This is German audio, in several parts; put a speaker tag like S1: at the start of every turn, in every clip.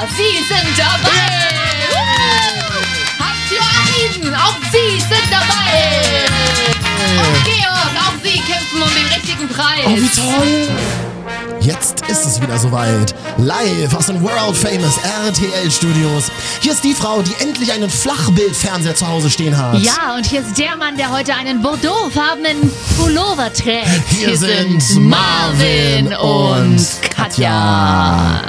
S1: sind dabei! Woo! Habt ihr einen? Auch Sie sind dabei! Und Georg, auch Sie kämpfen um den richtigen Preis!
S2: Oh, wie toll! Jetzt ist es wieder soweit. Live aus den World Famous RTL Studios. Hier ist die Frau, die endlich einen Flachbildfernseher zu Hause stehen hat.
S1: Ja, und hier ist der Mann, der heute einen Bordeaux-farbenen Pullover trägt.
S2: Hier sind Marvin und Katja.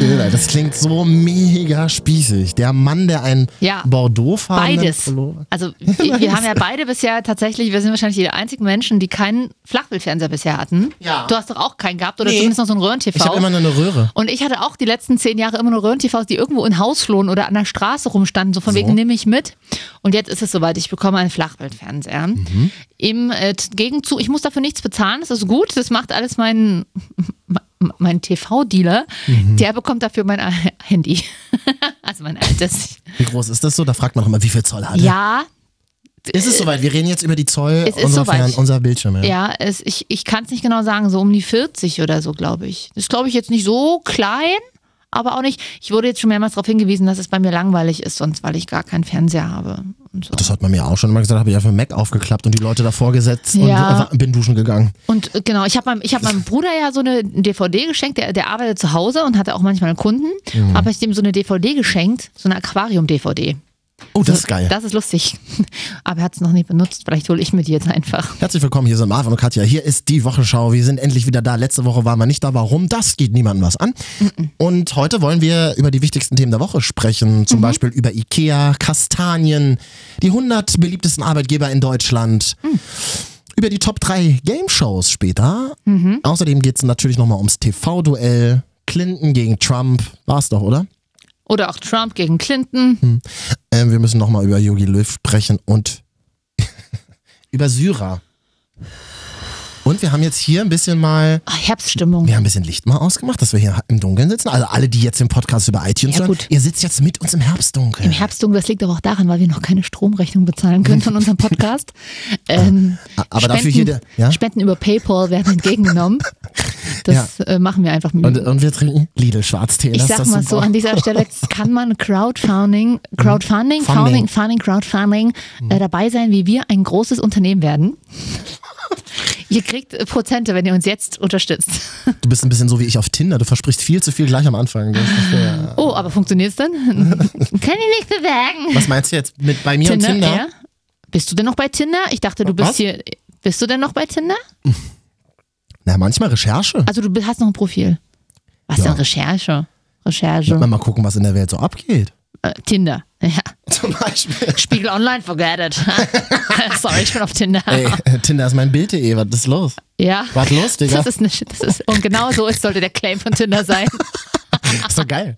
S2: Irre, Das klingt so mega spießig. Der Mann, der einen
S1: Ja.
S2: Bordeaux-farbenen
S1: Beides.
S2: Pullover-
S1: Also wir, wir haben ja beide bisher tatsächlich, wir sind wahrscheinlich die einzigen Menschen, die keinen Flachbildfernseher bisher hatten.
S2: Ja.
S1: Du hast doch auch keinen gehabt oder
S2: Nee.
S1: zumindest noch so einen Röhren-TV.
S2: Ich habe immer nur eine Röhre.
S1: und ich hatte auch die letzten zehn Jahre immer nur Röhren-TVs, die irgendwo in Haus flohen oder an der Straße rumstanden, so von
S2: So.
S1: wegen nehme ich mit. Und jetzt ist es soweit, ich bekomme einen Flachbildfernseher. Im äh, Gegenzug, ich muss dafür nichts bezahlen, das ist gut, das macht alles mein, mein TV-Dealer. Der bekommt dafür mein äh, Handy. also mein altes.
S2: Wie groß ist das so? Da fragt man auch immer, wie viel Zoll hat er?
S1: Ja,
S2: Ist es soweit? Wir reden jetzt über die Zoll
S1: Es ist
S2: unserer
S1: soweit.
S2: Fern unser Bildschirme. Ja.
S1: Ja, es, ich, ich kann es nicht genau sagen, so um die 40 oder so, glaube ich. Ist, glaube ich, jetzt nicht so klein, aber auch nicht. Ich wurde jetzt schon mehrmals darauf hingewiesen, dass es bei mir langweilig ist, sonst weil ich gar keinen Fernseher habe. Und, so.
S2: Das hat man mir auch schon mal gesagt, habe ich einfach einen Mac aufgeklappt und die Leute davor gesetzt
S1: Ja.
S2: und äh, bin duschen gegangen.
S1: und äh, genau, ich habe meinem, ich hab meinem Bruder ja so eine DVD geschenkt, der, der arbeitet zu Hause und hatte auch manchmal Kunden.
S2: Mhm.
S1: Habe ich dem so eine DVD geschenkt, so eine Aquarium-DVD.
S2: Oh, das ist geil.
S1: Das ist lustig. Aber er hat es noch nicht benutzt. Vielleicht hole ich mir die jetzt einfach.
S2: Herzlich willkommen, hier sind Marvin und Katja. Hier ist die Wochenschau. Wir sind endlich wieder da. Letzte Woche waren wir nicht da. Warum? Das geht niemandem was an. Und heute wollen wir über die wichtigsten Themen der Woche sprechen. Zum Beispiel über Ikea, Kastanien, die 100 beliebtesten Arbeitgeber in Deutschland. Über die Top 3 Game-Shows später. Außerdem geht es natürlich nochmal ums TV-Duell. Clinton gegen Trump. War's doch, oder?
S1: Oder auch Trump gegen Clinton.
S2: Ähm, wir müssen nochmal über Yogi Löw sprechen und über Syrer. Und wir haben jetzt hier ein bisschen mal,
S1: Ach, Herbststimmung.
S2: wir haben ein bisschen Licht mal ausgemacht, dass wir hier im Dunkeln sitzen. Also alle, die jetzt den Podcast über iTunes
S1: Ja,
S2: hören,
S1: gut.
S2: ihr sitzt jetzt mit uns im Herbstdunkel.
S1: Im Herbstdunkel, das liegt aber auch daran, weil wir noch keine Stromrechnung bezahlen können von unserem Podcast. Ähm,
S2: Ah, aber dafür hier der- ja?
S1: Spenden über PayPal werden entgegengenommen. Das äh, machen wir einfach mit.
S2: und, und wir trinken Lidl-Schwarztee.
S1: ich
S2: das
S1: sag
S2: ist
S1: mal
S2: das
S1: so,
S2: super.
S1: an dieser Stelle kann man Crowdfunding, Crowdfunding, Funding,
S2: Funding. Mhm.
S1: Funding, Crowdfunding äh, dabei sein, wie wir ein großes Unternehmen werden. ihr kriegt äh, Prozente, wenn ihr uns jetzt unterstützt.
S2: Du bist ein bisschen so wie ich auf Tinder. Du versprichst viel zu viel gleich am Anfang. Das ist, äh,
S1: Oh, aber funktioniert es dann? Kann ich nicht bewerben.
S2: was meinst du jetzt mit bei mir
S1: Tinder,
S2: und Tinder?
S1: ja. Bist du denn noch bei Tinder? Ich dachte, du bist
S2: Was?
S1: hier. Bist du denn noch bei Tinder?
S2: Na, manchmal Recherche.
S1: Also du bi- hast noch ein Profil. Was
S2: Ja.
S1: denn Recherche? Recherche.
S2: Mal, mal gucken, was in der Welt so abgeht.
S1: Äh, Tinder. Ja.
S2: Zum Beispiel.
S1: Spiegel Online, forget it. Sorry, ich bin auf Tinder.
S2: Ey, Tinder ist mein Bild.de. Was ist los?
S1: Ja.
S2: Was los, Digga?
S1: Das ist eine, Sch- das ist, und genau so ist, sollte der Claim von Tinder sein.
S2: Ist doch geil.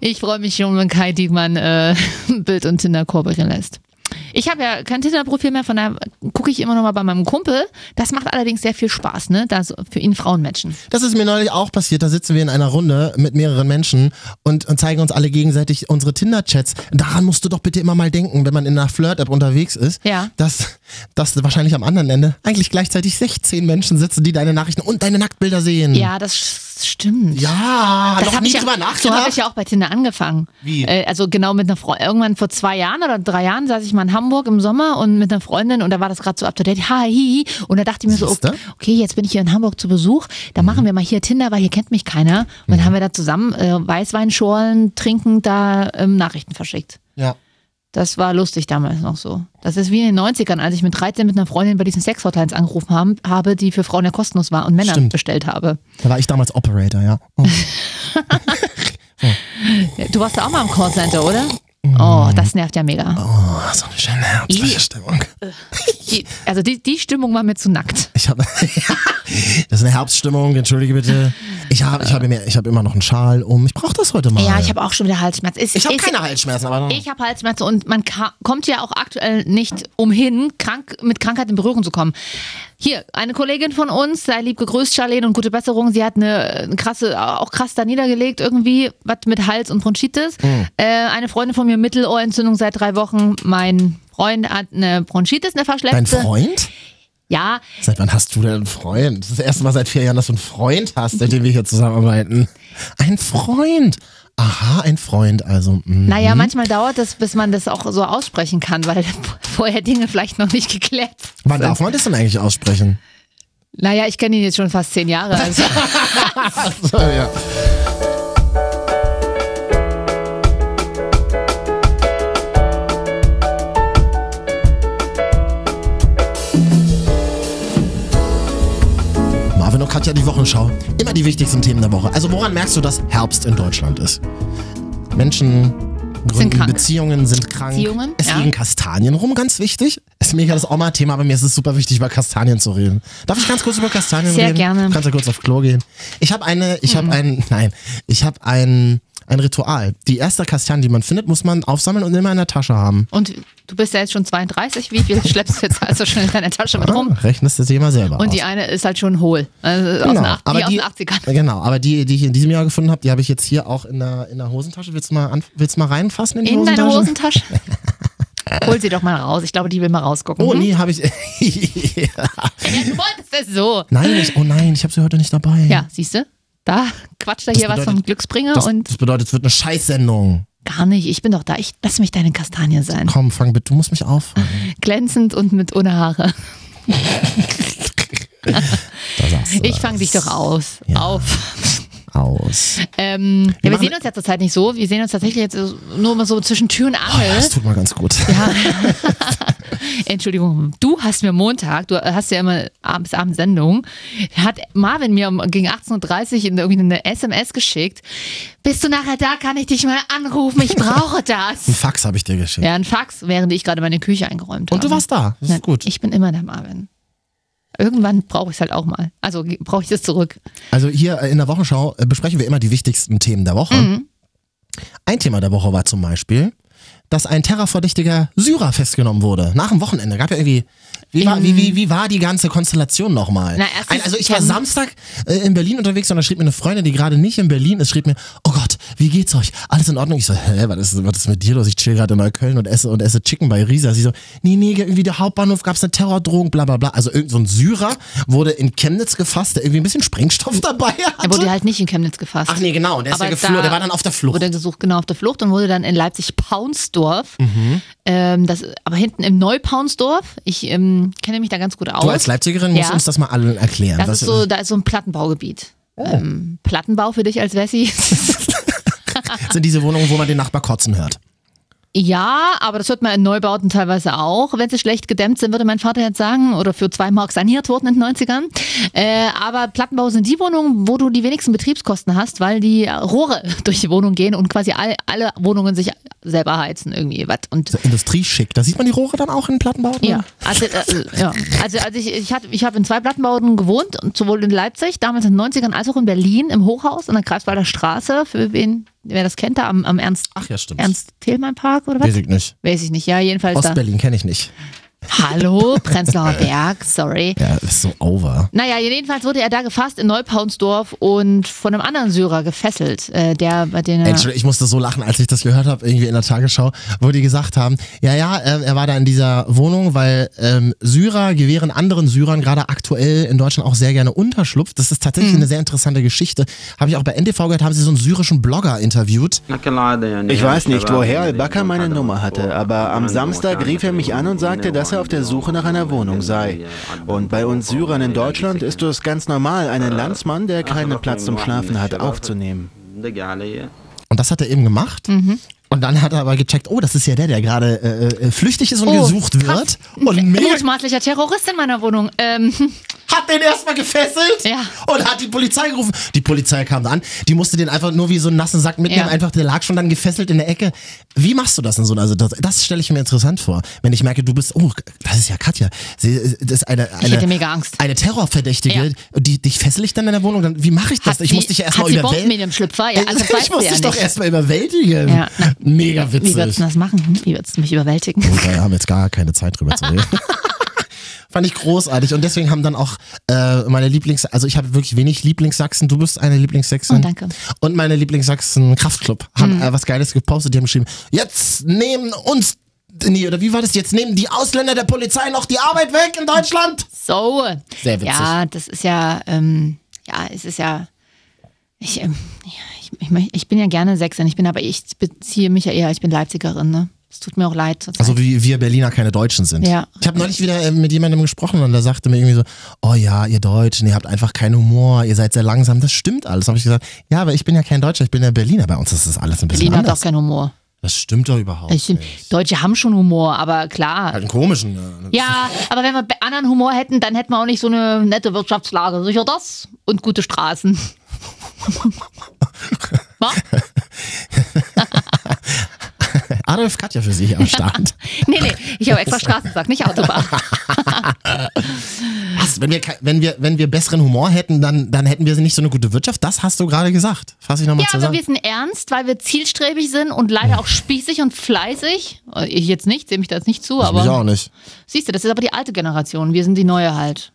S1: Ich freue mich schon, wenn Kai Diekmann äh, Bild und Tinder kooperieren lässt. Ich habe ja kein Tinder-Profil mehr, von daher gucke ich immer noch mal bei meinem Kumpel. Das macht allerdings sehr viel Spaß, ne? Da so für ihn Frauen matchen.
S2: Das ist mir neulich auch passiert. Da sitzen wir in einer Runde mit mehreren Menschen und, und zeigen uns alle gegenseitig unsere Tinder-Chats. Daran musst du doch bitte immer mal denken, wenn man in einer Flirt-App unterwegs ist,
S1: Ja.
S2: dass, dass wahrscheinlich am anderen Ende eigentlich gleichzeitig 16 Menschen sitzen, die deine Nachrichten und deine Nacktbilder sehen.
S1: Ja, das sch- stimmt.
S2: Hm. Ja,
S1: Das
S2: noch
S1: hab
S2: nie
S1: ich ja,
S2: drüber
S1: So habe ich
S2: nachgedacht.
S1: ja auch bei Tinder angefangen.
S2: Wie?
S1: Äh, also genau mit einer Freundin. Irgendwann vor zwei Jahren oder drei Jahren saß ich mal in Hamburg im Sommer und mit einer Freundin und da war das gerade so up to date. Hi. hi. Und da dachte ich mir so,
S2: Siehste? Mhm.
S1: okay, okay, jetzt bin ich hier in Hamburg zu Besuch. Da machen wir mal hier Tinder, weil hier kennt mich keiner. Und dann haben wir da zusammen äh, Weißweinschorlen trinkend da ähm, Nachrichten verschickt.
S2: Ja.
S1: Das war lustig damals noch so. Das ist wie in den 90ern, als ich mit 13 mit einer Freundin bei diesen Sex-Hotlines angerufen haben, habe, die für Frauen ja kostenlos war und Männer
S2: Stimmt.
S1: bestellt habe.
S2: Da war ich damals Operator, ja. Oh,
S1: Du warst da auch mal im Callcenter, oder? Oh, das nervt ja mega.
S2: oh so eine schöne herzliche
S1: I-
S2: Stimmung.
S1: Die, also die, die Stimmung war mir zu nackt.
S2: Ich habe Das ist eine Herbststimmung, entschuldige bitte. Ich habe ich habe mir ich habe immer noch einen Schal um. Ich brauche das heute mal.
S1: Ja, ich habe auch schon wieder Halsschmerzen. Ist-
S2: Ich habe
S1: ist-
S2: keine Halsschmerzen, aber
S1: Ich habe Halsschmerzen und man ka- kommt ja auch aktuell nicht umhin, krank, mit Krankheit in Berührung zu kommen. Hier, eine Kollegin von uns, sei lieb gegrüßt, Charlene, und gute Besserung. Sie hat eine, äh, eine krasse, auch krass da niedergelegt, irgendwie, was mit Hals und Bronchitis.
S2: Hm.
S1: Äh, eine Freundin von mir, Mittelohrentzündung seit drei Wochen. Mein Freund hat eine Bronchitis, eine
S2: Dein
S1: verschleppte.
S2: Freund?
S1: Ja,
S2: Seit wann hast du denn einen Freund? Das ist das erste Mal seit vier Jahren, dass du einen Freund hast, seitdem wir hier zusammenarbeiten. Ein Freund. Aha, ein Freund, also. mhm.
S1: Naja, manchmal dauert das, bis man das auch so aussprechen kann, weil vorher Dinge vielleicht noch nicht geklärt sind.
S2: Wann darf man das denn eigentlich aussprechen?
S1: Naja, ich kenne ihn jetzt schon fast zehn Jahre. Also.
S2: So, ja. Marvin und Katja, die Wochenschau. Immer die wichtigsten Themen der Woche. Also woran merkst du, dass Herbst in Deutschland ist? Menschen gründen
S1: krank.
S2: Beziehungen, sind krank.
S1: Beziehungen,
S2: es
S1: ja.
S2: liegen Kastanien rum, ganz wichtig. Ist mega das auch mal ein Thema, aber mir ist es super wichtig, über Kastanien zu reden. Darf ich ganz kurz über Kastanien
S1: Sehr
S2: reden?
S1: gerne. Mhm.
S2: Kannst du kurz auf Klo gehen? Ich habe eine, ich habe ein, nein, ich habe ein, ein Ritual. Die erste Kastanie, die man findet, muss man aufsammeln und immer in der Tasche haben.
S1: Und du bist ja jetzt schon 32, wie viel schleppst du jetzt also schon in deiner Tasche mit rum?
S2: Ah, Rechnest das Thema selber aus.
S1: Und die eine ist halt schon hohl. Also aus den Acht- die, aus den 80ern.
S2: Genau, aber die, die ich in diesem Jahr gefunden habe, die habe ich jetzt hier auch in der, in der Hosentasche. Willst du mal, an, willst du mal reinfassen in die
S1: In deine
S2: Hosentasche?
S1: Hosentasche? Hol sie doch mal raus. Ich glaube, die will mal rausgucken. Hm?
S2: Oh, nee, habe ich. ja.
S1: Du wolltest es so.
S2: Nein, ich, oh nein, ich habe sie heute nicht dabei.
S1: Ja, siehst du? Da quatscht er hier was
S2: bedeutet-
S1: vom Glücksbringer
S2: Das,
S1: und
S2: das bedeutet, es wird eine Scheißsendung.
S1: gar nicht. Ich bin doch da. Ich lass mich deine Kastanie sein.
S2: Komm, fang bitte, du musst mich auffangen.
S1: Glänzend und mit ohne Haare.
S2: Da saß
S1: Ich fange dich doch aus. Auf.
S2: aus.
S1: Ähm, ja, wir
S2: machen-
S1: sehen uns ja zurzeit nicht so. Wir sehen uns tatsächlich jetzt nur mal so zwischen Tür und
S2: Oh, ja,
S1: Angel.
S2: das tut mal ganz gut.
S1: Entschuldigung, du hast mir Montag, du hast ja immer abends abends Sendung, hat Marvin mir um- gegen 18.30 Uhr in irgendwie eine SMS geschickt. Bist du nachher da? Kann ich dich mal anrufen? Ich brauche
S2: Ein
S1: das.
S2: Fax habe ich dir geschickt.
S1: Ja, ein Fax, während ich gerade meine Küche eingeräumt habe.
S2: Und du warst da. Das
S1: Nein,
S2: ist gut.
S1: Ich bin immer der Marvin. Irgendwann brauche ich es halt auch mal. Also ge- brauche ich das zurück.
S2: Also hier äh, in der Wochenschau äh, besprechen wir immer die wichtigsten Themen der Woche. Ein Thema der Woche war zum Beispiel, dass ein terrorverdächtiger Syrer festgenommen wurde. Nach dem Wochenende gab ja irgendwie. Wie war, wie, wie, wie war die ganze Konstellation nochmal?
S1: Na, erstens-
S2: Ein- Also ich war
S1: ähm,
S2: Samstag äh, in Berlin unterwegs und da schrieb mir eine Freundin, die gerade nicht in Berlin ist, schrieb mir, oh Gott, wie geht's euch? Alles in Ordnung? Ich so, hä, was ist, was ist mit dir los? Ich chill gerade in Neukölln und esse und esse Chicken bei Risa. Sie so, nee, nee, irgendwie der Hauptbahnhof gab's eine Terrordrohung, bla bla bla. Also irgend so ein Syrer wurde in Chemnitz gefasst, der irgendwie ein bisschen Sprengstoff dabei
S1: Er wurde
S2: hatte.
S1: halt nicht in Chemnitz gefasst.
S2: Ach nee, genau, der ist ja geflohen, der war dann auf der Flucht.
S1: Wurde gesucht, genau, auf der Flucht und wurde dann in Leipzig-Paunsdorf.
S2: Mhm.
S1: Ähm, das, aber hinten im Neupaunsdorf, ich ähm, kenne mich da ganz gut aus.
S2: Du als Leipzigerin musst
S1: Ja.
S2: uns das mal allen erklären.
S1: das
S2: was- Oh.
S1: ist so, da ist so ein Plattenbaugebiet. Ähm, Plattenbau für dich als Wessi?
S2: sind diese Wohnungen, wo man den Nachbar kotzen hört.
S1: ja, aber das hört man in Neubauten teilweise auch. Wenn sie schlecht gedämmt sind, würde mein Vater jetzt sagen, oder für zwei Mark saniert wurden in den 90ern. Äh, aber Plattenbau sind die Wohnungen, wo du die wenigsten Betriebskosten hast, weil die Rohre durch die Wohnung gehen und quasi all, alle Wohnungen sich selber heizen irgendwie. was. Und
S2: So Industrieschick. Da sieht man die Rohre dann auch in Plattenbauten?
S1: Ja, also, äh, ja. also, also ich, ich, hatte- ich habe in zwei Plattenbauten gewohnt, und sowohl in Leipzig, damals in den 90ern, als auch in Berlin im Hochhaus an der Greifswalder Straße, für wen, wer das kennt, da am, am Ernst,
S2: Ach ja, stimmt.
S1: Ernst-Thälmann-Park oder was?
S2: Weiß ich nicht.
S1: Weiß ich nicht, ja, jedenfalls da.
S2: Ostberlin kenne ich nicht.
S1: Hallo, Prenzlauer Berg, sorry.
S2: Ja, ist so over.
S1: Naja, jedenfalls wurde er da gefasst in Neupaunsdorf und von einem anderen Syrer gefesselt, äh, der bei den er,
S2: Entschuldigung, ich musste so lachen, als ich das gehört habe, irgendwie in der Tagesschau, wo die gesagt haben, ja, ja, ähm, er war da in dieser Wohnung, weil ähm, Syrer gewähren anderen Syrern gerade aktuell in Deutschland auch sehr gerne Unterschlupf. Das ist tatsächlich
S1: Hm.
S2: eine sehr interessante Geschichte. Habe ich auch bei NTV gehört, haben sie so einen syrischen Blogger interviewt.
S3: Ich weiß nicht, woher Al-Bakr meine Nummer hatte, aber am Samstag rief er mich an und sagte, dass er auf der Suche nach einer Wohnung sei. Und bei uns Syrern in Deutschland ist es ganz normal, einen Landsmann, der keinen Platz zum Schlafen hat, aufzunehmen.
S2: Und das hat er eben gemacht.
S1: Mhm.
S2: Und dann hat er aber gecheckt, oh, das ist ja der, der gerade äh, äh, flüchtig ist und
S1: Oh,
S2: gesucht
S1: krass.
S2: wird. Und mega
S1: mutmaßlicher Terrorist in meiner Wohnung. Ähm,
S2: hat den erstmal gefesselt
S1: Ja.
S2: und hat die Polizei gerufen. Die Polizei kam da an, die musste den einfach nur wie so einen nassen Sack mitnehmen,
S1: Ja.
S2: einfach der lag schon dann gefesselt in der Ecke. Wie machst du das denn so? Also das, das stelle ich mir interessant vor, wenn ich merke, du bist, oh, das ist ja Katja, sie das ist eine, eine,
S1: hätte mega Angst.
S2: eine Terrorverdächtige,
S1: Ja.
S2: die dich fessel ich dann in der Wohnung, dann wie mache ich das?
S1: Hat
S2: ich
S1: sie-
S2: muss dich ja
S1: hat
S2: erstmal
S1: sie Bomben in
S2: überwältigen.
S1: dem Schlüpfer? Ja, also das weiß
S2: ich muss
S1: sie ja
S2: dich doch
S1: nicht.
S2: erstmal überwältigen.
S1: Ja, na,
S2: Mega
S1: wie
S2: witzig.
S1: würdest du das machen? Hm, Wie würdest du mich überwältigen?
S2: Da haben wir jetzt gar keine Zeit drüber zu reden. Fand ich großartig und deswegen haben dann auch äh, meine Lieblings-, also ich habe wirklich wenig Lieblingssachsen, du bist eine Lieblingssachsen.
S1: Oh, danke. Hm.
S2: Und meine Lieblingssachsen Kraftclub haben äh, was Geiles gepostet, die haben geschrieben, jetzt nehmen uns, nee, oder wie war das, jetzt nehmen die Ausländer der Polizei noch die Arbeit weg in Deutschland.
S1: So.
S2: Sehr witzig.
S1: Ja, das ist ja, ähm, ja, es ist ja, ich, ähm, ja, ich ich, mö- ich bin ja gerne Sechserin, ich bin aber ich beziehe mich ja eher, ich bin Leipzigerin, ne? Es tut mir auch leid. zur Zeit.
S2: Also wie wir Berliner keine Deutschen sind.
S1: Ja.
S2: Ich habe neulich wieder äh, mit jemandem gesprochen und der sagte mir irgendwie so, oh ja, ihr Deutschen, ihr habt einfach keinen Humor, ihr seid sehr langsam. Das stimmt alles. Habe ich gesagt, ja, aber ich bin ja kein Deutscher, ich bin ja Berliner. Bei uns ist das alles ein bisschen
S1: Berlin hat auch
S2: anders.
S1: keinen Humor.
S2: Das stimmt doch überhaupt
S1: Ich,
S2: nicht.
S1: Deutsche haben schon Humor, aber klar.
S2: Halt einen komischen. äh,
S1: Ja, aber wenn wir be- anderen Humor hätten, dann hätten wir auch nicht so eine nette Wirtschaftslage. Sicher das? Und gute Straßen. Wa?
S2: Adolf Katja für Sie hier am Start.
S1: nee, nee, ich habe extra Straßen gesagt, nicht Autobahn.
S2: Was, wenn, wir, kei- wenn, wir, wenn wir besseren Humor hätten, dann, dann hätten wir nicht so eine gute Wirtschaft. Das hast du gerade gesagt. Fass ich nochmal
S1: Ja, aber
S2: zusammen.
S1: wir sind ernst, weil wir zielstrebig sind und leider auch spießig und fleißig. Äh, Ich jetzt nicht, sehe mich da jetzt nicht zu,
S2: ich
S1: aber
S2: auch nicht.
S1: siehst du, das ist aber die alte Generation. Wir sind die neue halt.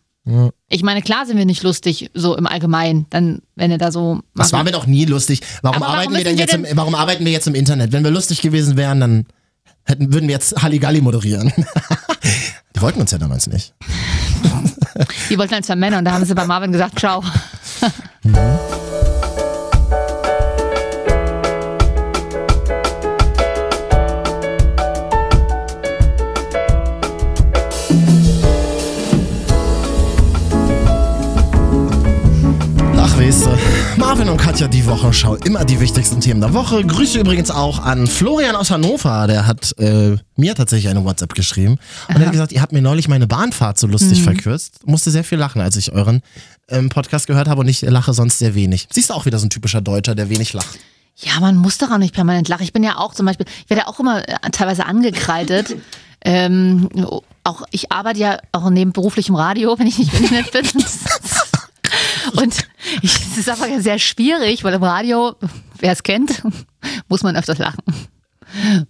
S1: Ich meine, klar sind wir nicht lustig, so im Allgemeinen, dann, wenn ihr da so.
S2: Das war
S1: machen-
S2: mir doch nie lustig. Warum,
S1: Aber warum
S2: arbeiten wir denn
S1: müssen wir
S2: jetzt Im, warum arbeiten wir jetzt im Internet? Wenn wir lustig gewesen wären, dann hätten, würden wir jetzt Halligalli moderieren. Die wollten uns ja damals nicht.
S1: Die wollten halt zwei Männer und da haben sie bei Marvin gesagt, ciao.
S2: Ach, weißt du. Marvin und Katja, die Woche schau immer die wichtigsten Themen der Woche. Grüße übrigens auch an Florian aus Hannover. Der hat äh, mir tatsächlich eine WhatsApp geschrieben. Und er hat gesagt, ihr habt mir neulich meine Bahnfahrt so
S1: Mhm.
S2: lustig verkürzt. Musste sehr viel lachen, als ich euren ähm, Podcast gehört habe. Und ich lache sonst sehr wenig. Siehst du auch wieder so ein typischer Deutscher, der wenig lacht.
S1: Ja, man muss doch auch nicht permanent lachen. Ich bin ja auch zum Beispiel, ich werde ja auch immer äh, teilweise angekreidet. ähm, auch ich arbeite ja auch nebenberuflich im Radio, wenn ich nicht im Internet bin. Und ich, es ist aber sehr schwierig, weil im Radio, wer es kennt, muss man öfters lachen.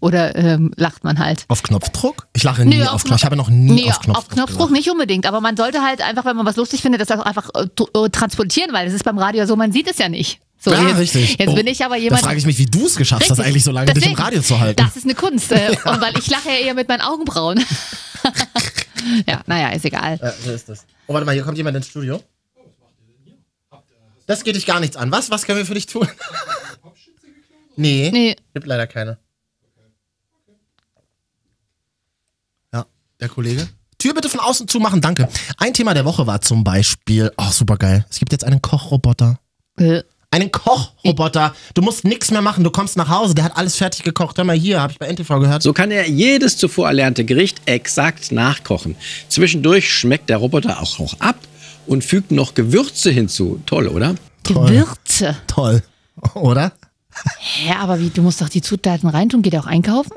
S1: Oder ähm, lacht man halt.
S2: Auf Knopfdruck? Ich lache nie auf, Knopfdruck. Ich habe noch nie
S1: nee,
S2: auf Knopfdruck. gelacht.
S1: nicht unbedingt, aber man sollte halt einfach, wenn man was lustig findet, das auch einfach äh, tr- äh, transportieren, weil es ist beim Radio so, man sieht es ja nicht. So,
S2: ja,
S1: jetzt,
S2: richtig.
S1: Jetzt
S2: Oh,
S1: bin ich aber jemand.
S2: Da frage ich mich, wie du es geschafft hast,
S1: Richtig.
S2: eigentlich so lange dich im
S1: Deswegen,
S2: Radio zu halten.
S1: Das ist eine Kunst. Äh, Und weil ich lache ja eher mit meinen Augenbrauen. ja, naja, ist egal.
S2: Äh, so ist das. Oh, warte mal, hier kommt jemand ins Studio. Das geht dich gar nichts an. Was? Was können wir für dich tun? nee,
S1: Nee,
S2: gibt leider keine. Ja, der Kollege. Tür bitte von außen zumachen, danke. Ein Thema der Woche war zum Beispiel, ach super geil, es gibt jetzt einen Kochroboter.
S1: äh,
S2: Einen Kochroboter. Du musst nichts mehr machen, du kommst nach Hause, der hat alles fertig gekocht. Hör mal hier, habe ich bei NTV gehört.
S4: So kann er jedes zuvor erlernte Gericht exakt nachkochen. Zwischendurch schmeckt der Roboter auch noch ab und fügt noch Gewürze hinzu. Toll, oder?
S1: Gewürze.
S2: Toll, oder?
S1: Hä, aber wie, du musst doch die Zutaten reintun. Geht er auch einkaufen?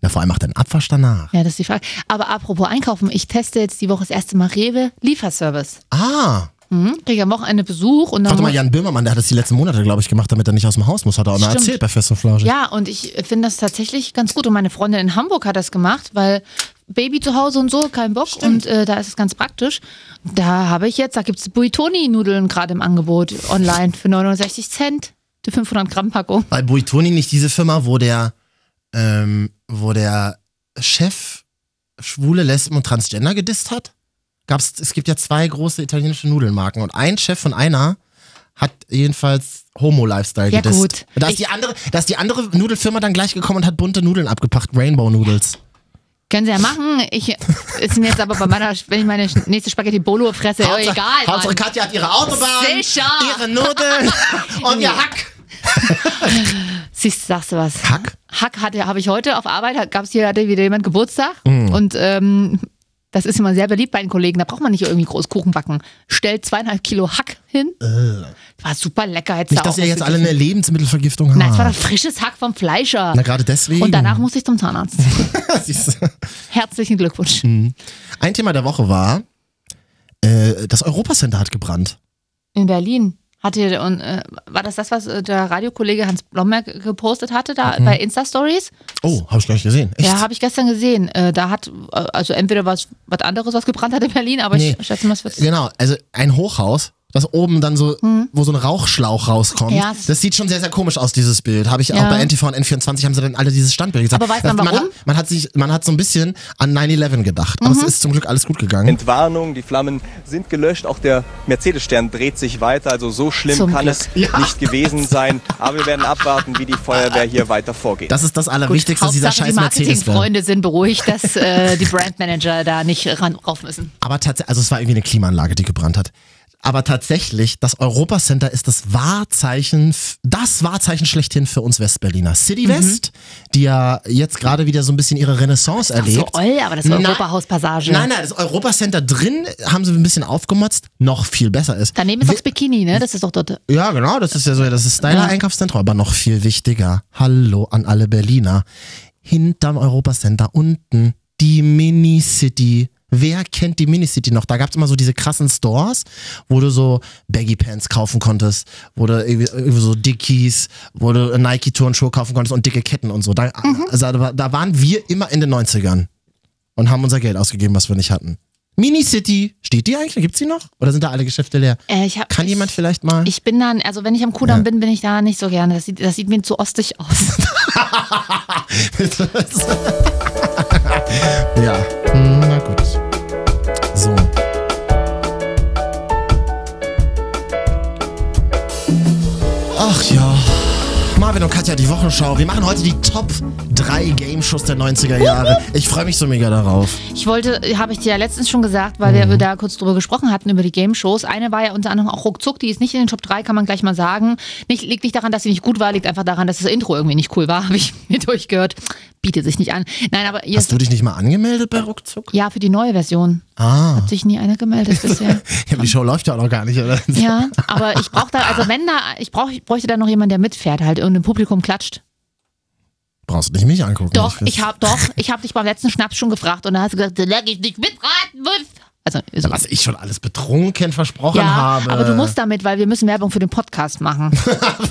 S2: Na, vor allem macht er einen Abwasch danach.
S1: Ja, das ist die Frage. Aber apropos einkaufen, ich teste jetzt die Woche das erste Mal Rewe Lieferservice.
S2: Ah,
S1: Mhm. Krieg ich am Wochenende Besuch und dann.
S2: warte mal, Jan Böhmermann, der hat das die letzten Monate, glaube ich, gemacht, damit er nicht aus dem Haus muss, hat er auch noch
S1: Stimmt.
S2: erzählt bei Fest und Flauschig.
S1: Ja, und ich finde das tatsächlich ganz gut. Und meine Freundin in Hamburg hat das gemacht, weil Baby zu Hause und so, kein Bock. Und äh, da ist es ganz praktisch. Da habe ich jetzt, da gibt's Buitoni-Nudeln gerade im Angebot online für 69 Cent. Die 500 Gramm Packung.
S2: Bei Buitoni nicht diese Firma, wo der, ähm, wo der Chef schwule, Lesben und Transgender gedisst hat? Gab's, es gibt ja zwei große italienische Nudelmarken und ein Chef von einer hat jedenfalls Homo-Lifestyle
S1: Ja,
S2: gedisst.
S1: gut.
S2: Da
S1: Ich-
S2: ist, die andere, da ist die andere Nudelfirma dann gleich gekommen und hat bunte Nudeln abgepackt, Rainbow-Nudels.
S1: Können Sie ja machen. Ich ist mir jetzt aber bei meiner, wenn ich meine nächste Spaghetti Bolo fresse, ja,
S2: Hauptsache-
S1: egal.
S2: Hauptsache
S1: Mann.
S2: Katja hat ihre Autobahn,
S1: Sicher.
S2: ihre Nudeln und ihr Hack.
S1: Siehst, sagst du was?
S2: Hack?
S1: Hack hatte habe ich heute auf Arbeit, gab es hier hatte wieder jemand Geburtstag
S2: Mhm.
S1: und ähm, das ist immer sehr beliebt bei den Kollegen. Da braucht man nicht irgendwie groß Kuchen backen. Stellt zweieinhalb Kilo Hack hin. War super lecker. Hättest
S2: Äh. Nicht,
S1: du
S2: dass
S1: auch
S2: ihr
S1: was
S2: jetzt
S1: zu
S2: alle eine
S1: essen.
S2: Lebensmittelvergiftung habt.
S1: Nein, es war doch frisches Hack vom Fleischer.
S2: Na, gerade deswegen.
S1: Und danach musste ich zum Zahnarzt.
S2: Siehst du.
S1: Herzlichen Glückwunsch.
S2: Mhm. Ein Thema der Woche war, äh, das Europacenter hat gebrannt.
S1: In Berlin. Hatte, und, äh, war das das, was äh, der Radiokollege Hans Blomberg gepostet hatte,
S2: Mhm.
S1: da bei Insta-Stories?
S2: Oh, habe ich gleich gesehen. Echt?
S1: Ja, habe ich gestern gesehen. Äh, da hat, äh, also entweder was, was anderes, was gebrannt hat in Berlin, aber
S2: Nee.
S1: ich schätze mal, es wird.
S2: genau, also ein Hochhaus dass oben dann so, wo so ein Rauchschlauch rauskommt.
S1: Ja.
S2: Das sieht schon sehr, sehr komisch aus, dieses Bild. Habe ich
S1: Ja.
S2: auch bei NTV und N24 haben sie dann alle dieses Standbild gesagt.
S1: Aber weiß man
S2: man,
S1: warum? Mhm.
S2: Hat, man, hat sich, man hat so ein bisschen an 9-11 gedacht. Aber es ist zum Glück alles gut gegangen.
S5: Entwarnung, die Flammen sind gelöscht, auch der Mercedes-Stern dreht sich weiter, also so schlimm
S1: Zum
S5: kann
S1: Glück.
S5: es nicht gewesen sein. Aber wir werden abwarten, wie die Feuerwehr hier weiter vorgeht.
S2: Das ist das Allerwichtigste, dieser
S1: Hauptsache,
S2: scheiß
S1: die
S2: mercedes -Band.
S1: Marketingfreunde sind beruhigt, dass äh, die Brandmanager da nicht ran, rauf müssen.
S2: Aber tatsächlich, also es war irgendwie eine Klimaanlage, die gebrannt hat. Aber tatsächlich, das Europacenter ist das Wahrzeichen, f- das Wahrzeichen schlechthin für uns Westberliner. City
S1: Mhm.
S2: West, die ja jetzt gerade wieder so ein bisschen ihre Renaissance
S1: Ach so
S2: erlebt.
S1: oll, aber das
S2: Na-
S1: Europahauspassage.
S2: Nein, nein, das Europacenter drin haben sie ein bisschen aufgemotzt, noch viel besser ist.
S1: Daneben ist
S2: Wi-
S1: doch das Bikini, ne? Das ist doch dort.
S2: Ja, genau, das ist ja so, das ist deine
S1: Ja.
S2: Einkaufszentrum, aber noch viel wichtiger. Hallo an alle Berliner. Hinterm Europacenter unten die Minicity. Wer kennt die Minicity noch? Da gab's immer so diese krassen Stores, wo du so Baggy Pants kaufen konntest, wo du irgendwie, irgendwie so Dickies, wo du Nike Turnschuhe kaufen konntest und dicke Ketten und so. Da,
S1: Mhm.
S2: also, da- da waren wir immer in den 90ern und haben unser Geld ausgegeben, was wir nicht hatten. Minicity, steht die eigentlich? Gibt's die noch? Oder sind da alle Geschäfte leer?
S1: Äh, ich hab,
S2: Kann jemand vielleicht mal?
S1: Ich bin dann, also wenn ich am Kudamm
S2: Ja.
S1: bin, bin ich da nicht so gerne. Das sieht, das sieht mir zu ostig aus.
S2: ja, hm, na gut. So. Ach ja. Marvin und Katja, die Wochenschau. Wir machen heute die Top 3 Game-Shows der 90er Jahre. Ich freue mich so mega darauf.
S1: Ich wollte, habe ich dir ja letztens schon gesagt, weil
S2: Mhm.
S1: wir da kurz drüber gesprochen hatten, über die Game-Shows. Eine war ja unter anderem auch Ruckzuck, die ist nicht in den Top 3, kann man gleich mal sagen. Nicht, liegt nicht daran, dass sie nicht gut war, liegt einfach daran, dass das Intro irgendwie nicht cool war, habe ich mir durchgehört. Bietet sich nicht an. Nein, aber ihr
S2: Hast du dich nicht mal angemeldet bei Ruckzuck?
S1: ja, für die neue Version.
S2: Ah.
S1: Hat sich nie einer gemeldet bisher.
S2: Ja, aber die Show läuft ja auch noch gar nicht, oder?
S1: ja, aber ich brauche da, also wenn da, ich, brauch, ich bräuchte da noch jemanden, der mitfährt halt und im Publikum klatscht.
S2: Brauchst du nicht mich angucken.
S1: Doch,
S2: weiß.
S1: ich habe doch, ich habe dich beim letzten Schnaps schon gefragt und da hast du gesagt, solange ich nicht mitraten muss. Also, so.
S2: Was ich schon alles betrunken versprochen
S1: ja,
S2: habe. Oh.
S1: aber du musst damit, weil wir müssen Werbung für den Podcast machen.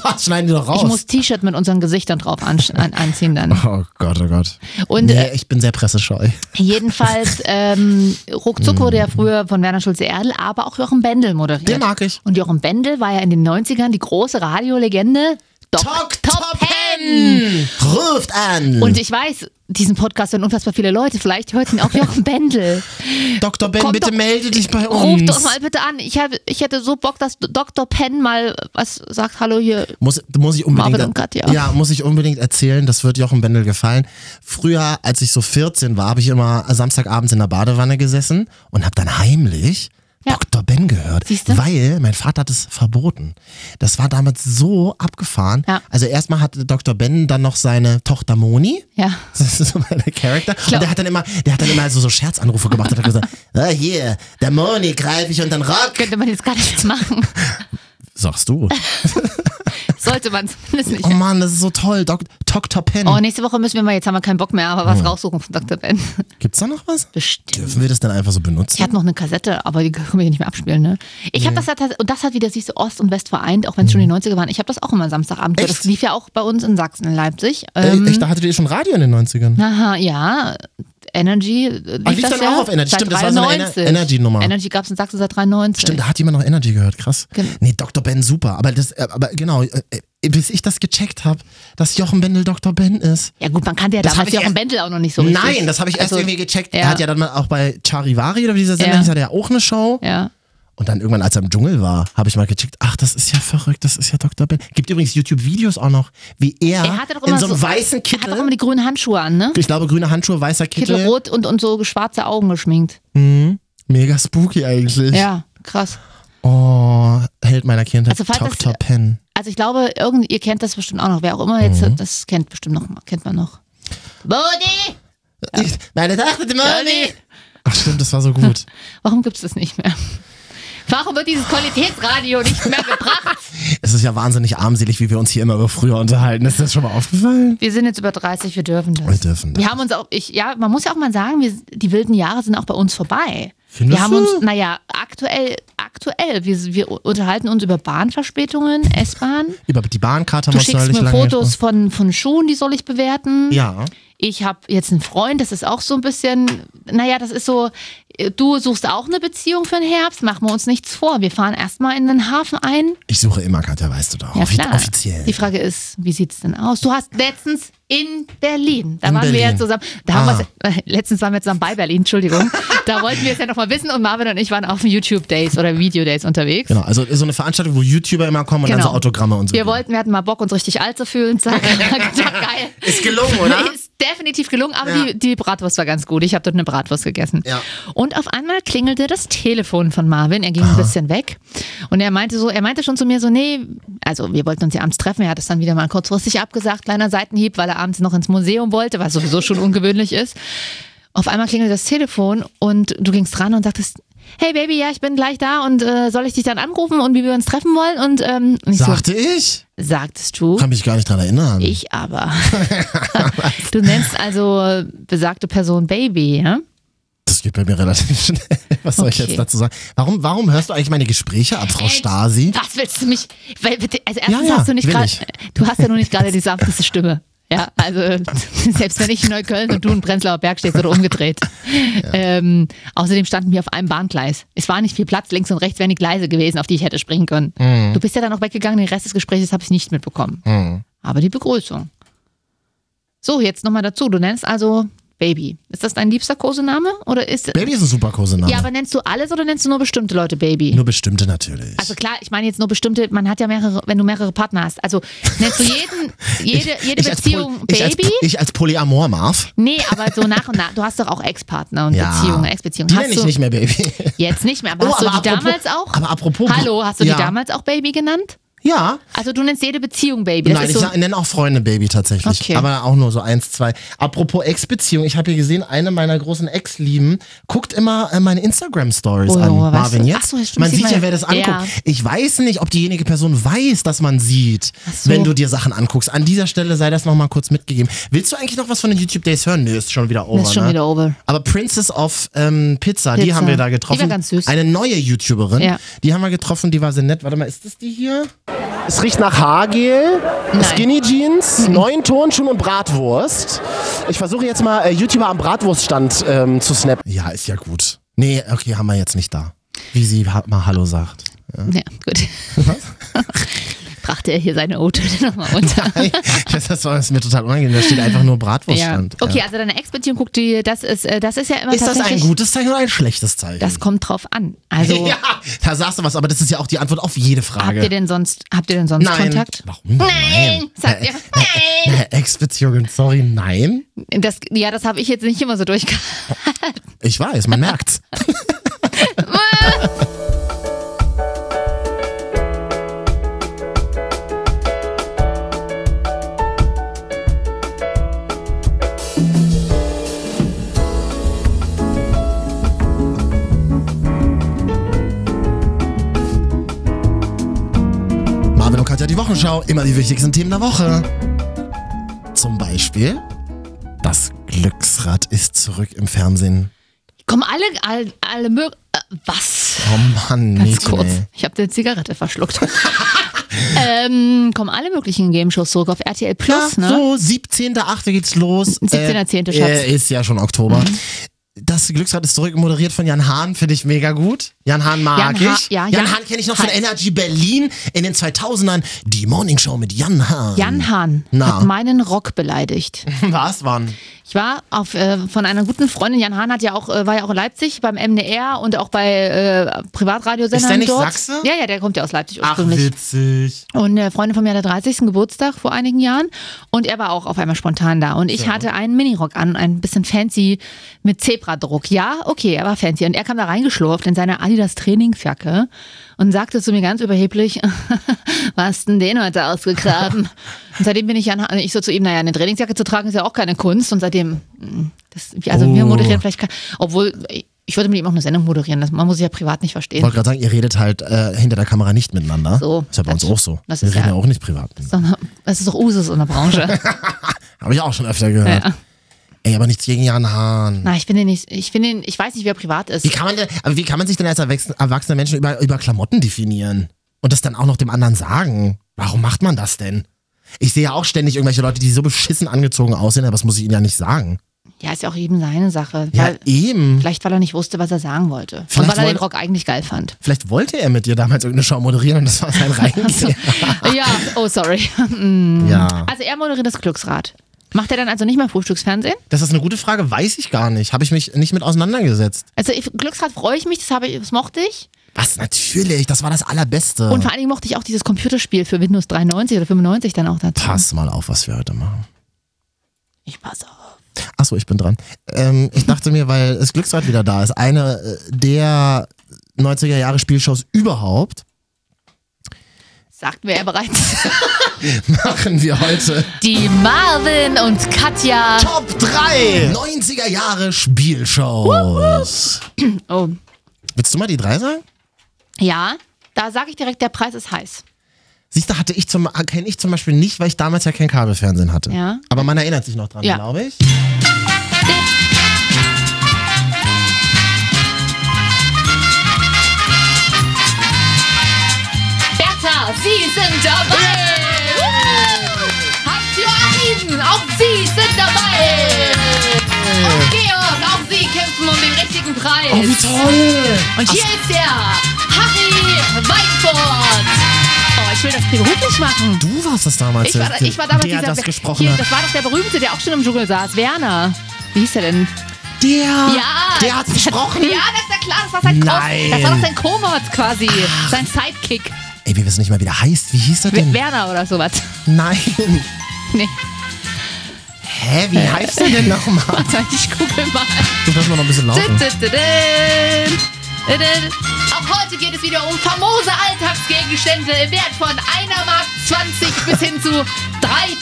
S2: Was? Schneiden die doch raus.
S1: Ich muss T-Shirt mit unseren Gesichtern drauf an, an, anziehen dann.
S2: Oh Gott, oh Gott.
S1: Und
S2: nee,
S1: äh,
S2: ich bin sehr pressescheu.
S1: jedenfalls, ähm, Ruckzuck wurde
S2: Mm.
S1: ja früher von Werner Schulze-Erdl, aber auch Jochen Bendel moderiert.
S2: Den mag ich.
S1: Und Jochen Bendel war ja in den 90ern die große Radiolegende Doc
S2: Talk
S1: Top
S2: Top
S1: 10.
S2: Ten! Ruft an!
S1: Und ich weiß, diesen Podcast hören unfassbar viele Leute. Vielleicht hört ihn auch Jochen Bendel.
S2: Dr. Ben,
S1: Komm
S2: bitte
S1: doch-
S2: melde dich bei
S1: Ruf
S2: uns.
S1: doch mal bitte an. Ich, hab, ich hätte so Bock, dass Dr. Penn mal was sagt. Hallo hier.
S2: Muss, muss ich unbedingt,
S1: Marvin und Katja.
S2: Ja, muss ich unbedingt erzählen, das wird Jochen Bendel gefallen. Früher, als ich so 14 war, habe ich immer Samstagabends in der Badewanne gesessen und habe dann heimlich
S1: Ja.
S2: Dr. Ben gehört,
S1: Siehste?
S2: weil mein Vater hat es verboten. Das war damals so abgefahren.
S1: Ja.
S2: Also erstmal hatte Dr. Ben dann noch seine Tochter Moni.
S1: Ja.
S2: Das ist so mein Charakter.
S1: glaub-
S2: Und der hat dann immer, der hat dann immer so, so Scherzanrufe gemacht und hat gesagt, ah, hier, der Moni greife ich und dann rock.
S1: Könnte man jetzt gar nicht mehr machen.
S2: Sagst du.
S1: Sollte man zumindest nicht.
S2: Oh Mann, das ist so toll. Doc, Dr. Penn.
S1: Oh, nächste Woche müssen wir mal, jetzt haben wir keinen Bock mehr, aber was raussuchen von Dr. Ben.
S2: Gibt's da noch was?
S1: Bestimmt.
S2: Dürfen wir das dann einfach so benutzen?
S1: Ich hatte noch eine Kassette, aber die können wir hier nicht mehr abspielen, ne? Ich habe das, hat- und das hat wieder, siehst du, Ost und West vereint, auch wenn es schon die 90er waren. Ich habe das auch immer Samstagabend gehört.
S2: Mhm. Echt? Äh,
S1: Das lief ja auch bei uns in Sachsen, in Leipzig.
S2: Ey,
S1: Ähm,
S2: ich dachte, ihr schon Radio in den 90ern.
S1: Aha, ja. Energy. äh, Lief
S2: Ah, lief
S1: das
S2: dann
S1: ja
S2: auch auf Energy.
S1: Seit
S2: Stimmt, das war so eine Ener-
S1: 93.
S2: Energy-Nummer.
S1: Energy gab es in Sachsen seit 93.
S2: Stimmt, da hat jemand noch Energy gehört, krass.
S1: Genau.
S2: Nee, Dr. Ben super. Aber das, äh, aber genau, äh, äh, bis ich das gecheckt habe, dass Jochen Bendel Dr. Ben ist.
S1: Ja gut, man kannte ja
S2: Das
S1: damals
S2: hab ich
S1: Jochen
S2: erst-
S1: Bendel auch noch nicht so richtig.
S2: Nein, das habe ich erst
S1: Also,
S2: irgendwie gecheckt.
S1: ja.
S2: Er hat ja dann mal auch bei Charivari oder wie dieser Sender,
S1: Ja.
S2: hieß, hat er ja auch eine Show.
S1: Ja.
S2: Und dann irgendwann, als er im Dschungel war, habe ich mal gecheckt, ach, das ist ja verrückt, das ist ja Dr. Ben. Gibt übrigens YouTube-Videos auch noch, wie er,
S1: Er hatte doch
S2: in
S1: immer
S2: so einem
S1: so-
S2: weißen
S1: Er hat auch immer
S2: Kittel,
S1: die grünen Handschuhe an, ne?
S2: ich glaube grüne Handschuhe, weißer Kittel,
S1: Kittel rot und, und so schwarze Augen geschminkt.
S2: mega spooky eigentlich.
S1: Ja, krass.
S2: Oh, Held meiner Kindheit,
S1: Also falls das-
S2: Dr. Penn.
S1: Also ich glaube, irgend, ihr kennt das bestimmt auch noch. Wer auch immer jetzt,
S2: Mhm.
S1: das kennt bestimmt noch, kennt man noch. Body!
S2: Ich, meine Tochter, die
S1: Body!
S2: Moni. Ach stimmt, das war so gut.
S1: Warum gibt's das nicht mehr? Warum wird dieses Qualitätsradio nicht mehr gebracht?
S2: es ist ja wahnsinnig armselig, wie wir uns hier immer über früher unterhalten. Ist das schon mal aufgefallen?
S1: Wir sind jetzt über 30, wir dürfen das.
S2: Wir dürfen das.
S1: Wir haben uns auch, ich, ja, man muss ja auch mal sagen, wir, die wilden Jahre sind auch bei uns vorbei.
S2: Findest
S1: wir haben
S2: du?
S1: uns, naja, aktuell, aktuell, wir, wir unterhalten uns über Bahnverspätungen, S-Bahn.
S2: Über die Bahnkarte
S1: Du
S2: haben wir uns
S1: schickst
S2: neulich
S1: mir
S2: lange
S1: Fotos von,
S2: gesprochen.
S1: von Schuhen, die soll ich bewerten.
S2: Ja.
S1: ich habe jetzt einen Freund, das ist auch so ein bisschen, naja, das ist so, äh, du suchst auch eine Beziehung für den Herbst, machen wir uns nichts vor. Wir fahren erstmal in den Hafen ein.
S2: Ich suche immer, Katja, weißt du doch.
S1: Ja,
S2: Offi-
S1: klar.
S2: Offiziell.
S1: Die Frage ist, wie sieht's denn aus? Du hast letztens in Berlin, da
S2: In
S1: waren wir ja
S2: Berlin.
S1: zusammen, da haben
S2: Ah.
S1: wir, äh, letztens waren wir zusammen bei Berlin, Entschuldigung. da wollten wir es ja nochmal wissen und Marvin und ich waren auf YouTube-Days oder Video-Days unterwegs.
S2: Genau, also so eine Veranstaltung, wo YouTuber immer kommen und dann so Autogramme und
S1: Genau.
S2: so.
S1: Wir
S2: geben.
S1: wollten, wir hatten mal Bock, uns richtig alt zu fühlen. Zack, zack, geil.
S2: Ist gelungen, oder?
S1: Ist definitiv gelungen, aber
S2: Ja.
S1: die, die Bratwurst war ganz gut. Ich habe dort eine Bratwurst gegessen.
S2: Ja.
S1: Und auf einmal klingelte das Telefon von Marvin. Er ging
S2: Ah.
S1: ein bisschen weg. Und er meinte so, er meinte schon zu mir so, nee, also wir wollten uns ja abends treffen. Er hat es dann wieder mal kurzfristig abgesagt, kleiner Seitenhieb, weil er abends noch ins Museum wollte, was sowieso schon ungewöhnlich ist. Auf einmal klingelte das Telefon und du gingst ran und sagtest, hey Baby, ja, ich bin gleich da und äh, soll ich dich dann anrufen und wie wir uns treffen wollen? Und, ähm, und ich so,
S2: Sagte ich.
S1: sagtest du.
S2: Kann mich gar nicht dran erinnern.
S1: Ich aber. du nennst also besagte Person Baby, ja?
S2: Das geht bei mir relativ schnell. Was soll ich
S1: Okay.
S2: jetzt dazu sagen? Warum, warum hörst du eigentlich meine Gespräche ab, Frau
S1: Ey,
S2: Stasi?
S1: Was willst du mich? Weil, bitte, also erstens
S2: Ja, ja,
S1: hast du nicht
S2: will
S1: gerade,
S2: ich.
S1: du hast ja noch nicht gerade die sanfteste Stimme. Ja, also selbst wenn ich in Neukölln und du in Prenzlauer Berg stehst oder umgedreht. Ähm, außerdem standen wir auf einem Bahngleis. Es war nicht viel Platz, links und rechts wären die Gleise gewesen, auf die ich hätte springen können.
S2: Mhm.
S1: Du bist ja dann auch weggegangen, den Rest des Gesprächs habe ich nicht mitbekommen. Aber die Begrüßung. So, jetzt nochmal dazu. Du nennst also Baby. Ist das dein liebster Kosename? Oder ist.
S2: Baby ist ein super Kosename.
S1: Ja, aber nennst du alles oder nennst du nur bestimmte Leute Baby?
S2: Nur bestimmte natürlich.
S1: Also klar, ich meine jetzt nur bestimmte, man hat ja mehrere, wenn du mehrere Partner hast. Also nennst du jeden, jede, jede
S2: als
S1: Beziehung
S2: Poly- ich als,
S1: Baby?
S2: ich als Polyamor Marv,
S1: nee, aber so nach und nach. Du hast doch auch Ex-Partner und
S2: Ja.
S1: Beziehungen, Ex-Beziehungen.
S2: die
S1: Hast
S2: nenne ich
S1: du
S2: nicht mehr Baby.
S1: jetzt nicht mehr, aber
S2: Oh,
S1: hast du
S2: aber
S1: die
S2: apropos-
S1: damals auch?
S2: aber apropos-
S1: Hallo, hast du
S2: Ja.
S1: die damals auch Baby genannt?
S2: ja.
S1: Also du nennst jede Beziehung Baby. Das
S2: Nein,
S1: ist
S2: ich
S1: so,
S2: sag- nenne auch Freunde Baby tatsächlich.
S1: Okay.
S2: Aber auch nur so eins, zwei. Apropos Ex-Beziehung, ich habe hier gesehen, eine meiner großen Ex-Lieben guckt immer äh, meine Instagram-Stories
S1: Oh,
S2: an.
S1: weißt
S2: Marvin,
S1: du-
S2: jetzt?
S1: Ach so, stimmt,
S2: man
S1: sieh
S2: sieht
S1: mal.
S2: ja, wer das anguckt.
S1: Ja.
S2: Ich weiß nicht, ob diejenige Person weiß, dass man sieht,
S1: so.
S2: wenn du dir Sachen anguckst. An dieser Stelle sei das nochmal kurz mitgegeben. Willst du eigentlich noch was von den YouTube Days hören? Nö, ist schon wieder over.
S1: Das ist schon
S2: ne?
S1: wieder over.
S2: Aber Princess of ähm, Pizza, die
S1: Pizza.
S2: haben wir da
S1: Die war
S2: getroffen.
S1: ganz süß.
S2: Eine neue YouTuberin.
S1: Ja.
S2: Die haben wir getroffen, die war sehr nett. Warte mal, ist das die hier?
S6: Es riecht nach Haargel,
S1: Nein. Mhm.
S6: Skinny Jeans, neuen Turnschuhen und Bratwurst. Ich versuche jetzt mal äh, YouTuber am Bratwurststand ähm, zu snappen.
S2: Ja, ist ja gut. Nee, okay, haben wir jetzt nicht da. Wie sie ha- mal Hallo sagt.
S1: ja, gut. Brachte er hier seine O-Töne nochmal unter.
S2: Hey, das war das ist mir total unangenehm. Da steht einfach nur
S1: Ja.
S2: Bratwurststand.
S1: Okay, also deine Ex-Beziehung guckt die, das ist, äh, das ist ja immer
S2: Ist das ein
S1: tatsächlich-
S2: gutes Zeichen oder ein schlechtes Zeichen?
S1: Das kommt drauf an. Also
S2: ja, da sagst du was, aber das ist ja auch die Antwort auf jede Frage.
S1: habt ihr denn sonst, habt ihr denn sonst
S2: Nein.
S1: Kontakt?
S2: Warum? denn?
S1: Nein, sagt ihr. Nein.
S2: Nein. Ex-Beziehungen, sorry, nein.
S1: Das, ja, das habe ich jetzt nicht immer so durchgehalten.
S2: Ich weiß, man merkt's. Marvin und Katja, die Wochenschau, immer die wichtigsten Themen der Woche. Zum Beispiel, das Glücksrad ist zurück im Fernsehen.
S1: Kommen alle, alle, alle mög äh, was?
S2: Oh Mann,
S1: Ganz
S2: Nico,
S1: kurz.
S2: ey.
S1: Ich habe eine Zigarette verschluckt. ähm, kommen alle möglichen Game-Shows zurück auf RTL Plus,
S2: Ja,
S1: ne?
S2: So, 17.8. geht's los.
S1: 17.10.,
S2: Äh,
S1: Schatz. Mhm.
S2: Äh, ist ja schon Oktober. Das Glücksrad ist zurück, moderiert von Jan Hahn, finde ich mega gut. Jan Hahn mag
S1: Jan Ha-
S2: ich.
S1: ja,
S2: Jan,
S1: Jan-
S2: Hahn kenne ich noch von
S1: Hahn.
S2: Energy Berlin in den 2000ern. Die Morning Show mit Jan Hahn.
S1: Jan Hahn
S2: Na.
S1: hat meinen Rock beleidigt.
S2: Was waren?
S1: Ich war auf, äh, von einer guten Freundin, Jan Hahn hat ja auch, äh, war ja auch in Leipzig beim MDR und auch bei äh, Privatradiosendern
S2: Ist der nicht
S1: dort.
S2: Sachse?
S1: Ja, ja, der kommt ja aus Leipzig
S2: Ach,
S1: ursprünglich.
S2: witzig.
S1: Und eine Freundin von mir hatte 30. Geburtstag vor einigen Jahren und er war auch auf einmal spontan da. Und ich hatte einen Minirock an, ein bisschen fancy mit Zebradruck. Ja, okay, er war fancy. Und er kam da reingeschlurft in seine Adidas Trainingsjacke und sagte zu mir ganz überheblich, was hast denn den heute ausgegraben? und seitdem bin ich an, ich so zu ihm, naja, eine Trainingsjacke zu tragen ist ja auch keine Kunst. Und seitdem, mm, das, also wir
S2: Oh.
S1: moderieren vielleicht, kein- obwohl, ich würde mit ihm auch eine Sendung moderieren. Das, man muss sich ja privat nicht verstehen.
S2: Ich wollte gerade sagen, ihr redet halt äh, hinter der Kamera nicht miteinander.
S1: So.
S2: Ist ja bei uns
S1: Das-
S2: auch so.
S1: das
S2: Wir
S1: ist
S2: reden ja
S1: ja-
S2: auch nicht privat. miteinander.
S1: Sondern Es ist doch Usus in der Branche.
S2: Habe ich auch schon öfter gehört.
S1: Ja.
S2: Ey, aber nichts gegen Jan Hahn.
S1: Na, ich finde nicht, ich finde, ihn- ich weiß nicht, wer privat ist.
S2: Wie kann man denn, aber wie kann man sich denn als erwachsen- erwachsener Mensch über, über Klamotten definieren? Und das dann auch noch dem anderen sagen? Warum macht man das denn? Ich sehe ja auch ständig irgendwelche Leute, die so beschissen angezogen aussehen, aber das muss ich ihnen ja nicht sagen.
S1: Ja, ist ja auch jedem seine Sache.
S2: Ja,
S1: Weil,
S2: eben.
S1: vielleicht, weil er nicht wusste, was er sagen wollte.
S2: Vielleicht
S1: Und weil er den
S2: wollte-
S1: Rock eigentlich geil fand.
S2: Vielleicht wollte er mit dir damals irgendeine Show moderieren und das war sein Reingehen.
S1: ja, oh sorry.
S2: ja.
S1: Also er moderiert das Glücksrad. Macht er dann also nicht mehr Frühstücksfernsehen?
S2: Das ist eine gute Frage, weiß ich gar nicht. Habe ich mich nicht mit auseinandergesetzt.
S1: Also ich, Glücksrad freue ich mich, das, habe ich, das mochte ich.
S2: Was? Natürlich, das war das Allerbeste.
S1: Und vor allen Dingen mochte ich auch dieses Computerspiel für Windows 93 oder 95 dann auch dazu.
S2: Pass mal auf, was wir heute machen.
S1: Ich pass auf.
S2: Achso, ich bin dran. Ähm, ich dachte mir, weil das Glücksrad wieder da ist, eine äh, der 90er Jahre Spielshows überhaupt,
S1: Sagt mir er bereits.
S2: machen wir heute
S1: Die Marvin und Katja.
S2: Top 3 90er Jahre Spielshows.
S1: Oh.
S2: Willst du mal die drei sagen?
S1: Ja, da sage ich direkt, der Preis ist heiß.
S2: Siehst du, hatte ich zum kenne ich zum Beispiel nicht, weil ich damals ja kein Kabelfernsehen hatte.
S1: Ja.
S2: Aber man erinnert sich noch dran,
S1: Ja.
S2: glaube ich.
S1: Bertha, Sie sind dabei! Woo! Habt ihr einen? Auch Sie sind dabei! Und Georg, auch Sie kämpfen um den richtigen Preis!
S2: Oh, wie toll!
S1: Und hier ist er, Harry Weinfurt. Oh, ich will das beruflich machen.
S2: Du warst das damals.
S1: Ich war, da- ich war damals
S2: der
S1: dieser
S2: das gesprochen
S1: hier,
S2: hat.
S1: Das war doch der berühmte, der auch schon im Dschungel saß, Werner. Wie hieß der denn? Hm?
S2: Der,
S1: Ja.
S2: der hat gesprochen.
S1: Ja, das ist ja klar, das war sein Kopf.
S2: Nein.
S1: Das war doch sein Komoot quasi, sein Sidekick.
S2: Ey, wir wissen nicht mal, wie der heißt. Wie hieß der
S1: W-
S2: denn?
S1: Werner oder sowas.
S2: Nein.
S1: Nee,
S2: Hä, wie heißt der denn nochmal?
S1: warte, ich google mal.
S2: Du kannst mal noch ein bisschen laufen.
S1: Dü-dü-dü-dün. Dü-dün. Auch heute geht es wieder um famose Alltagsgegenstände im Wert von einer Mark 20 bis hin zu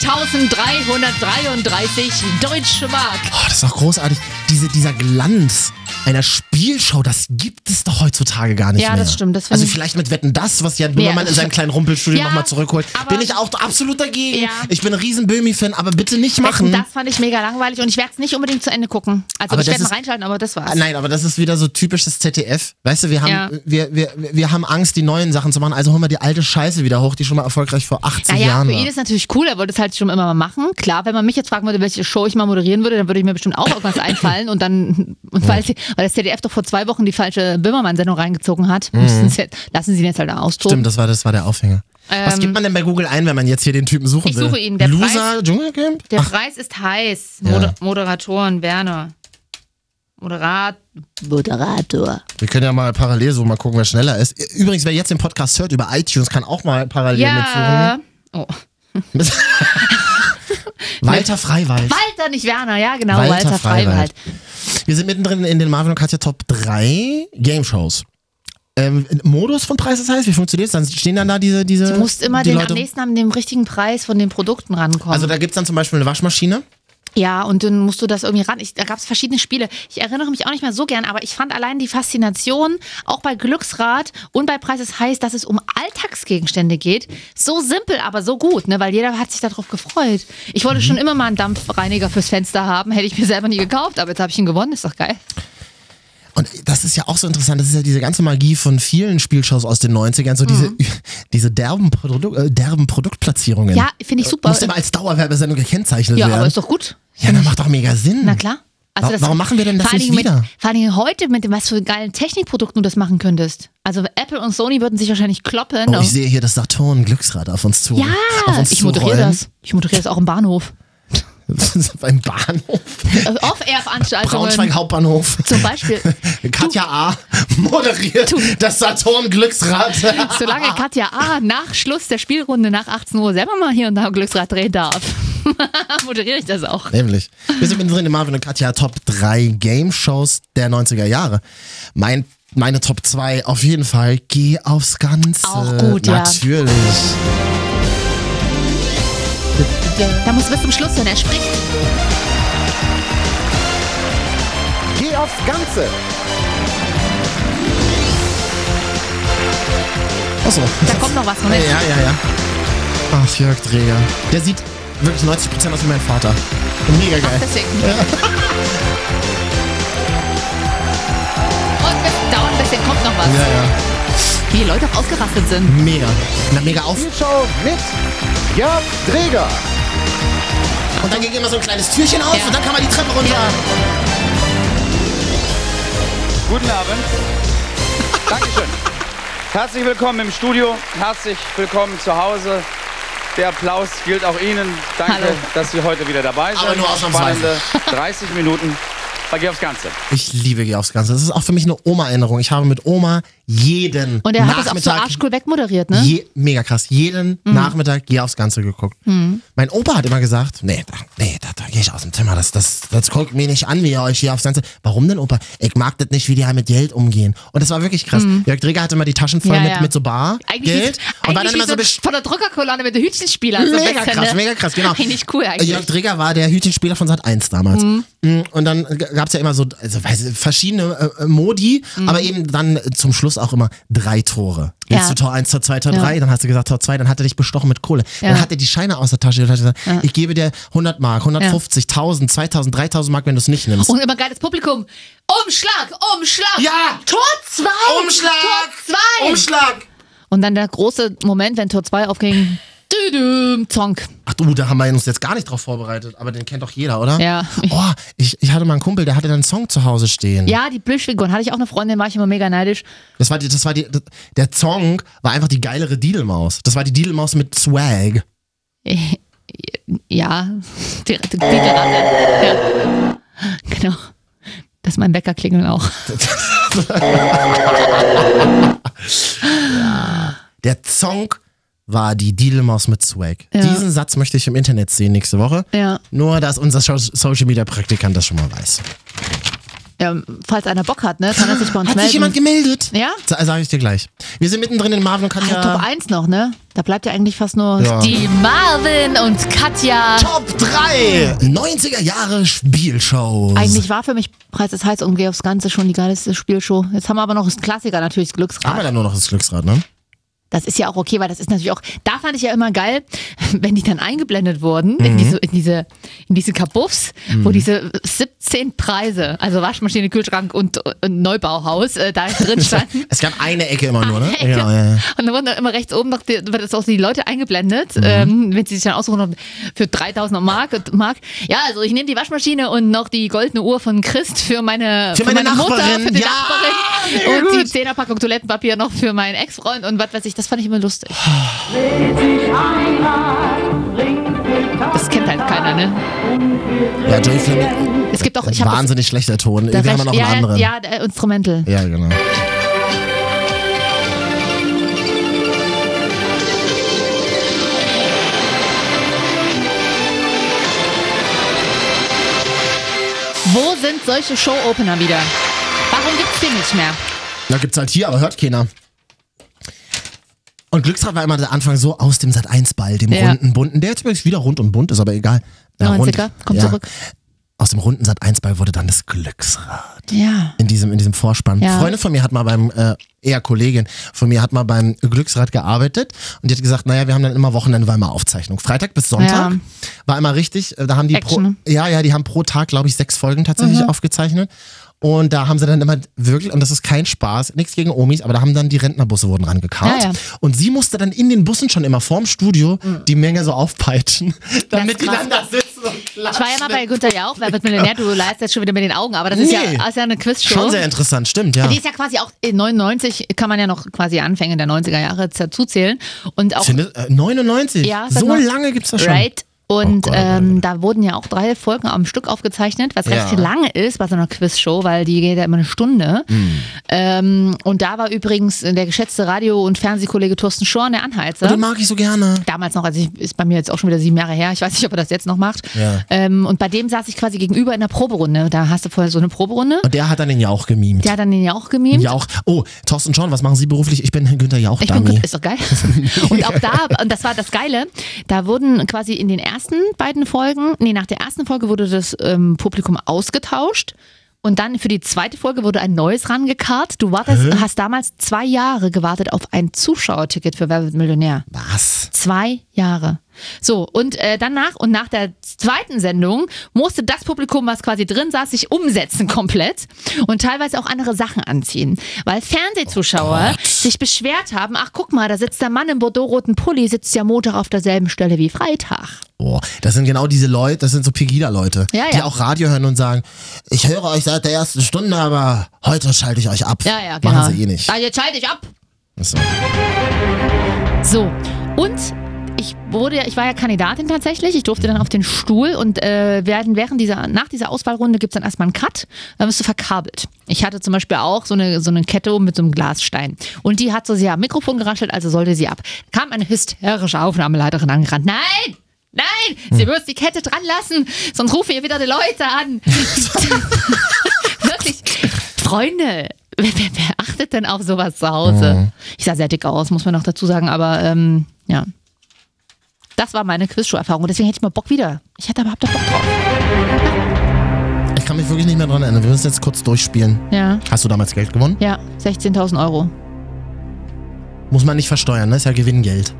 S1: 3333 Deutsche Mark.
S2: Oh, das ist doch großartig. Diese, dieser Glanz einer Spielshow, das gibt es doch heutzutage gar nicht
S1: Ja,
S2: mehr.
S1: das stimmt, das finde
S2: also
S1: ich-
S2: vielleicht mit Wetten, das, was Jan Böhmermann
S1: Ja,
S2: in seinem kleinen Rumpelstudio
S1: ja,
S2: nochmal zurückholt,
S1: aber-
S2: bin ich auch absolut dagegen.
S1: Ja.
S2: Ich bin ein riesen Böhmi-Fan, aber bitte nicht machen.
S1: Das fand ich mega langweilig und ich werde es nicht unbedingt zu Ende gucken. Also
S2: Aber
S1: ich werde
S2: das
S1: mal
S2: ist-
S1: reinschalten, aber das war's.
S2: Ah, Nein, aber das ist wieder so typisches ZDF. Weißt du, wir haben,
S1: Ja.
S2: wir, wir, wir haben Angst, die neuen Sachen zu machen, also holen wir die alte Scheiße wieder hoch, die schon mal erfolgreich vor 80
S1: Naja,
S2: Jahren
S1: für
S2: war.
S1: ihn ist natürlich cool, er wollte es halt schon immer mal machen. Klar, wenn man mich jetzt fragen würde, welche Show ich mal moderieren würde, dann würde ich mir bestimmt auch irgendwas einfallen und dann, und weil, weil das ZDF doch vor zwei Wochen die falsche Böhmermann-Sendung reingezogen hat, müssen sie jetzt, lassen sie ihn jetzt halt da austoben.
S2: Mhm. Stimmt, das war, das war der Aufhänger. Was gibt man denn bei Google ein, wenn man jetzt hier den Typen suchen
S1: Ähm, Ich
S2: will?
S1: suche ihn, der
S2: Loser Dschungelcamp?
S1: Der Preis ist heiß. Moder Moderatoren, Werner. Moderat. Moderator.
S2: Wir können ja mal parallel so mal gucken, wer schneller ist. Übrigens, wer jetzt den Podcast hört über iTunes, kann auch mal parallel
S1: Ja. Oh.
S2: mitsuchen. Walter Freiwald.
S1: Walter, nicht Werner, ja genau,
S2: Walter
S1: Walter,
S2: Freiwald.
S1: Freiwald.
S2: Wir sind mittendrin in den Marvin und Katja Top 3 Game Shows. Ähm, Modus von Preis ist heiß, wie funktioniert es? Dann stehen dann da diese. diese
S1: Du musst immer
S2: die
S1: den
S2: Leute-
S1: am nächsten an dem richtigen Preis von den Produkten rankommen.
S2: Also da gibt es dann zum Beispiel eine Waschmaschine.
S1: Ja, und dann musst du das irgendwie ran. Ich, da gab es verschiedene Spiele. Ich erinnere mich auch nicht mehr so gern, aber ich fand allein die Faszination, auch bei Glücksrad und bei Preis ist heiß, dass es um Alltagsgegenstände geht. So simpel, aber so gut, ne? weil jeder hat sich darauf gefreut. Ich
S2: Mhm.
S1: wollte schon immer mal einen Dampfreiniger fürs Fenster haben, hätte ich mir selber nie gekauft, aber jetzt habe ich ihn gewonnen, ist doch geil.
S2: Ähm, Und das ist ja auch so interessant, das ist ja diese ganze Magie von vielen Spielshows aus den 90ern, so diese,
S1: Mhm.
S2: diese derben, Produ äh, derben Produktplatzierungen.
S1: Ja, finde ich super.
S2: Muss immer als Dauerwerbesendung gekennzeichnet
S1: Ja,
S2: werden.
S1: aber ist doch gut.
S2: ja, das macht doch mega Sinn.
S1: Na klar.
S2: Wa- warum machen wir denn das
S1: vor allen
S2: nicht
S1: Dingen
S2: wieder?
S1: Mit, vor allen Dingen heute, mit dem, was für geilen Technikprodukten du das machen könntest. Also Apple und Sony würden sich wahrscheinlich kloppen.
S2: Oh,
S1: auf-
S2: ich sehe hier das Saturn-Glücksrad auf uns zu.
S1: genau. Ja,
S2: Oh, auf uns
S1: ich moderiere
S2: zurollen.
S1: das. Ich moderiere das auch im Bahnhof.
S2: Beim Bahnhof.
S1: Äh, Off-Air-Veranstaltungen.
S2: Braunschweig Hauptbahnhof.
S1: ähm, Zum Beispiel,
S2: Katja A. moderiert das Saturn-Glücksrad.
S1: solange Katja A. nach Schluss der Spielrunde nach 18 Uhr selber mal hier und da am Glücksrad drehen darf, moderiere ich das auch.
S2: Nämlich. Wir sind mittendrin in Marvin und Katja Top 3 Game Shows der 90er Jahre. Mein, meine Top 2 auf jeden Fall. Geh aufs Ganze.
S1: Auch gut, ja.
S2: Natürlich.
S1: Da musst du bis zum Schluss hören, er spricht.
S2: Äh.
S6: Geh aufs Ganze.
S2: Achso.
S1: Da kommt noch was.
S2: Ja,
S1: Moment.
S2: ja, ja. Ach, Jörg Dreger. Der sieht wirklich 90% aus wie mein Vater. Mega geil.
S1: Deswegen. Und es dauert ein bisschen, kommt noch was.
S2: ja, ja.
S1: Wie die Leute auch ausgerastet sind.
S2: Mega. Na, mega auf.
S6: Spielshow mit Gerd Dreger.
S2: Und dann ging immer so ein kleines Türchen auf und dann kam man die Treppe runter.
S7: Guten Abend. Dankeschön. Herzlich willkommen im Studio, herzlich willkommen zu Hause. Der Applaus gilt auch Ihnen. Danke,
S1: Hallo.
S7: dass Sie heute wieder dabei sind.
S2: Aber nur ausnahmsweise.
S7: Spannende 30 Minuten bei Geh aufs Ganze.
S2: Ich liebe Georgs Ganze. Das ist auch für mich eine Oma-Erinnerung. Ich habe mit Oma jeden
S1: Und er hat das auch so
S2: Nachmittag,
S1: arschcool wegmoderiert, ne? Mhm.
S2: je, mega krass, jeden Nachmittag Geh aufs Ganze geguckt. Mein Opa hat immer gesagt, nee, da, nee, da, da gehe ich aus dem Zimmer. Das, das, das guckt mir nicht an, wie ihr euch hier aufs Ganze... Warum denn, Opa? Ich mag das nicht, wie die halt mit Geld umgehen. Und das war wirklich krass. Jörg Dreger hatte immer die Taschen voll
S1: Mhm. Ja,
S2: mit,
S1: ja.
S2: mit so Bar,
S1: Eigentlich
S2: Geld.
S1: wie,
S2: und war
S1: eigentlich
S2: dann
S1: wie
S2: immer so...
S1: so
S2: besch-
S1: von der Druckerkolonne mit den Hütchenspielern. so ein
S2: mega
S1: bisschen,
S2: krass,
S1: ne?
S2: mega krass, genau.
S1: Eigentlich cool eigentlich. Mhm.
S2: Jörg Dreger war der Hütchenspieler von Sat 1 damals. Mm, Und dann gab es ja immer so also, weiß, ich, verschiedene äh, äh, Modi,
S1: Mhm.
S2: aber eben dann äh, zum Schluss auch immer drei Tore.
S1: Ja.
S2: Jetzt du Tor 1, Tor 2, Tor
S1: Ja.
S2: 3, dann hast du gesagt Tor 2, dann hat er dich bestochen mit Kohle.
S1: Ja.
S2: Dann hat er die Scheine aus der Tasche und hat gesagt, ich gebe dir 100 Mark, 150, 1000, 2000, 3000 Mark, wenn du es nicht nimmst.
S1: Und immer geiles Publikum. Umschlag, Umschlag.
S2: Ja.
S1: Tor 2.
S2: Umschlag!
S1: Tor 2.
S2: Umschlag!
S1: Und dann der große Moment, wenn Tor 2 aufging. Düdüm, Zonk.
S2: Ach du, da haben wir uns jetzt gar nicht drauf vorbereitet, aber den kennt doch jeder, oder?
S1: Ja.
S2: Oh, ich, ich hatte mal einen Kumpel, der hatte dann einen Song zu Hause stehen.
S1: Ja, die Plüschfiguren. Hatte ich auch eine Freundin, war ich immer mega neidisch.
S2: Das war die, das war die, das, der Song war einfach die geilere Didelmaus. Das war die Didelmaus mit Swag.
S1: Ja, die, die, die Ratte. Ja. Genau. Das ist mein Wecker klingeln auch.
S2: Der Song war die Didelmaus mit Swag.
S1: Ja.
S2: Diesen Satz möchte ich im Internet sehen nächste Woche.
S1: Ja.
S2: Nur, dass unser Scho- Social Media Praktikant das schon mal weiß.
S1: ja. Falls einer Bock hat, ne, kann er sich bei uns
S2: Hat
S1: melden.
S2: sich jemand gemeldet?
S1: Ja?
S2: Sa sag ich dir gleich. Wir sind mittendrin in Marvin und
S1: Ach,
S2: Katja.
S1: Top 1 noch, ne? Da bleibt ja eigentlich fast nur
S2: Ja.
S1: die Marvin und Katja.
S2: Top 3! 90er Jahre Spielshows.
S1: Eigentlich war für mich Preis ist heiß und geh aufs Ganze schon die geilste Spielshow. Jetzt haben wir aber noch das Klassiker natürlich, das
S2: Haben wir
S1: Glücksrad.
S2: dann nur noch das Glücksrad, ne?
S1: Das ist ja auch okay, weil das ist natürlich auch, da fand ich ja immer geil, wenn die dann eingeblendet wurden in diese, in diese, in diese Kabuffs, wo diese 17 Preise, also Waschmaschine, Kühlschrank und, und Neubauhaus, äh, da drin standen.
S2: Es gab eine Ecke immer nur, ne?
S1: Ecke.
S2: Genau, ja, ja.
S1: Und dann wurden dann immer rechts oben noch die, wird das auch die Leute
S2: Mhm.
S1: eingeblendet, ähm, wenn sie sich dann aussuchen ob- für 3000 Mark. und Mark. Ja, also ich nehme die Waschmaschine und noch die goldene Uhr von Christ für meine,
S2: Für meine
S1: Mutter,
S2: Nachbarin.
S1: für die
S2: Ja,
S1: Nachbarin und die Zehnerpackung Toilettenpapier noch für meinen Ex-Freund und was weiß ich. Das fand ich immer lustig. Das kennt halt keiner, ne?
S2: Ja, Joey Fleming.
S1: Es gibt auch, ich habe
S2: Wahnsinnig schlechter Ton.
S1: das,
S2: Wir haben ja noch einen
S1: ja,
S2: anderen.
S1: ja, der Instrumental.
S2: Ja, genau.
S1: Wo sind solche Show-Opener wieder? Warum gibt's die nicht mehr?
S2: Na, gibt's halt hier, aber hört keiner. Und Glücksrad war immer der Anfang so aus dem Sat 1 Ball, dem
S1: Ja.
S2: runden bunten, der jetzt übrigens wieder rund und bunt ist, aber egal. Na,
S1: 90er, kommt zurück.
S2: Aus dem runden Sat 1 Ball wurde dann das Glücksrad
S1: Ja.
S2: in diesem in diesem Vorspann.
S1: Ja.
S2: Freundin von mir hat mal beim äh, eher Kollegin von mir hat mal beim Glücksrad gearbeitet und die hat gesagt, naja, wir haben dann immer Wochenende war immer Aufzeichnung. Freitag bis Sonntag
S1: Ja.
S2: war immer richtig, äh, da haben die pro,
S1: Action. Mhm.
S2: ja, ja, die haben pro Tag, glaube ich, sechs Folgen tatsächlich aufgezeichnet. Und da haben sie dann immer wirklich, und das ist kein Spaß, nichts gegen Omis, aber da haben dann die Rentnerbusse wurden rangekarrt.
S1: Ja, ja.
S2: Und sie musste dann in den Bussen schon immer vorm Studio die Menge so aufpeitschen, damit die
S1: krass.
S2: dann da sitzen und
S1: Ich war ja mal bei Günther Jauch, wer wird Millionär, du leistest jetzt schon wieder mit den Augen, aber das ist,
S2: Nee.
S1: ja, ist ja eine Quizshow.
S2: Schon sehr interessant, stimmt, ja.
S1: Die ist ja quasi auch in 99, kann man ja noch quasi Anfänge der 90er Jahre dazu zählen. Und auch,
S2: Finde, äh, 99?
S1: Ja, sag
S2: so
S1: mal.
S2: lange gibt's das schon.
S1: right? Und
S2: Oh Gott.
S1: ähm, da wurden ja auch drei Folgen am Stück aufgezeichnet, was
S2: Ja.
S1: recht lange ist bei so einer Quizshow, weil die geht ja immer eine Stunde.
S2: Hm.
S1: Ähm, und da war übrigens der geschätzte Radio- und Fernsehkollege Thorsten Schorn der Anheizer.
S2: Und Den mag ich so gerne.
S1: damals noch, also ich, ist bei mir jetzt auch schon wieder sieben Jahre her, ich weiß nicht, ob er das jetzt noch macht.
S2: Ja.
S1: Ähm, und bei dem saß ich quasi gegenüber in der Proberunde. Da hast du vorher so eine Proberunde.
S2: Und der hat dann den Jauch gemimt.
S1: Der hat dann den Jauch gemimt.
S2: Jauch. Oh, Thorsten Schorn, was machen Sie beruflich? Ich bin Günther Jauch,
S1: Ich
S2: Dummy.
S1: bin, ist doch geil. Und auch da, und das war das Geile, da wurden quasi in den ersten beiden Folgen, nee, nach der ersten Folge wurde das ähm, Publikum ausgetauscht und dann für die zweite Folge wurde ein neues rangekarrt. Du wartest, hast damals zwei Jahre gewartet auf ein Zuschauerticket für Wer wird Millionär.
S2: was?
S1: Zwei Jahre. So, und äh, danach und nach der zweiten Sendung musste das Publikum, was quasi drin saß, sich umsetzen komplett und teilweise auch andere Sachen anziehen. Weil Fernsehzuschauer sich beschwert haben, ach guck mal, da sitzt der Mann im bordeaux-roten Pulli, sitzt ja Montag auf derselben Stelle wie Freitag.
S2: Boah, das sind genau diese Leute, das sind so Pegida-Leute,
S1: Ja,
S2: die
S1: ja.
S2: auch Radio hören und sagen, ich höre euch seit der ersten Stunde, aber heute schalte ich euch ab.
S1: Ja, ja, genau.
S2: Machen sie eh nicht.
S1: Ah, jetzt schalte ich ab.
S2: So.
S1: So, und ich wurde, ja- ich war ja Kandidatin tatsächlich. Ich durfte dann auf den Stuhl und äh, werden während dieser, nach dieser Auswahlrunde gibt es dann erstmal einen Cut. Dann wirst du verkabelt. Ich hatte zum Beispiel auch so eine, so eine Kette mit so einem Glasstein. Und die hat so sehr am Mikrofon geraschelt, also sollte sie ab. Kam eine hysterische Aufnahmeleiterin angerannt. Nein! Nein! Sie müssen die Kette dran lassen, sonst rufen ihr wieder die Leute an. Wirklich. Freunde, wer, wer, wer achtet denn auf sowas zu Hause?
S2: Mhm.
S1: Ich sah sehr dick aus, muss man noch dazu sagen, aber ähm, ja. Das war meine Quizshow-Erfahrung. und Deswegen hätte ich mal Bock wieder. Ich hätte aber hab doch Bock drauf.
S2: Ich kann mich wirklich nicht mehr dran erinnern. Wir müssen jetzt kurz durchspielen.
S1: Ja.
S2: Hast du damals Geld gewonnen?
S1: Ja, 16.000 Euro.
S2: Muss man nicht versteuern, das ist ja Gewinngeld.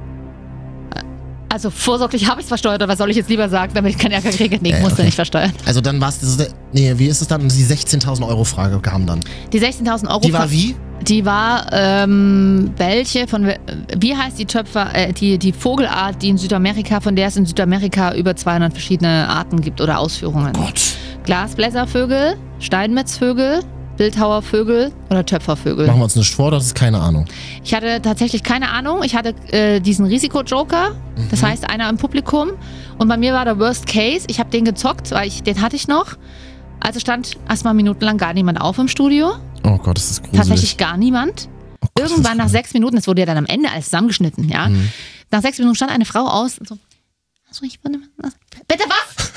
S1: Also vorsorglich habe ich es versteuert, aber was soll ich jetzt lieber sagen, damit ich keinen Ärger kriege? Nee, ich
S2: Ja,
S1: musste
S2: okay.
S1: nicht versteuern.
S2: Also dann war es, nee, wie ist es dann? Die 16.000 Euro Frage kam dann.
S1: Die 16.000 Euro.
S2: Die war wie?
S1: Die war, ähm, welche von, wel- wie heißt die Töpfer, äh, die, die Vogelart, die in Südamerika, von der es in Südamerika über 200 verschiedene Arten gibt oder Ausführungen?
S2: Gott.
S1: Glasbläservögel, Steinmetzvögel, Bildhauervögel oder Töpfervögel.
S2: Machen wir uns nicht vor, das ist keine Ahnung.
S1: Ich hatte tatsächlich keine Ahnung. Ich hatte äh, diesen Risiko-Joker, das heißt einer im Publikum. Und bei mir war der Worst Case. Ich habe den gezockt, weil ich, den hatte ich noch. Also stand erstmal minutenlang gar niemand auf im Studio.
S2: Oh Gott, das ist gruselig.
S1: Tatsächlich gar niemand. Irgendwann nach sechs Minuten, das wurde ja dann am Ende alles zusammengeschnitten, ja. Nach sechs Minuten stand eine Frau aus und so, also ich würde, bitte was?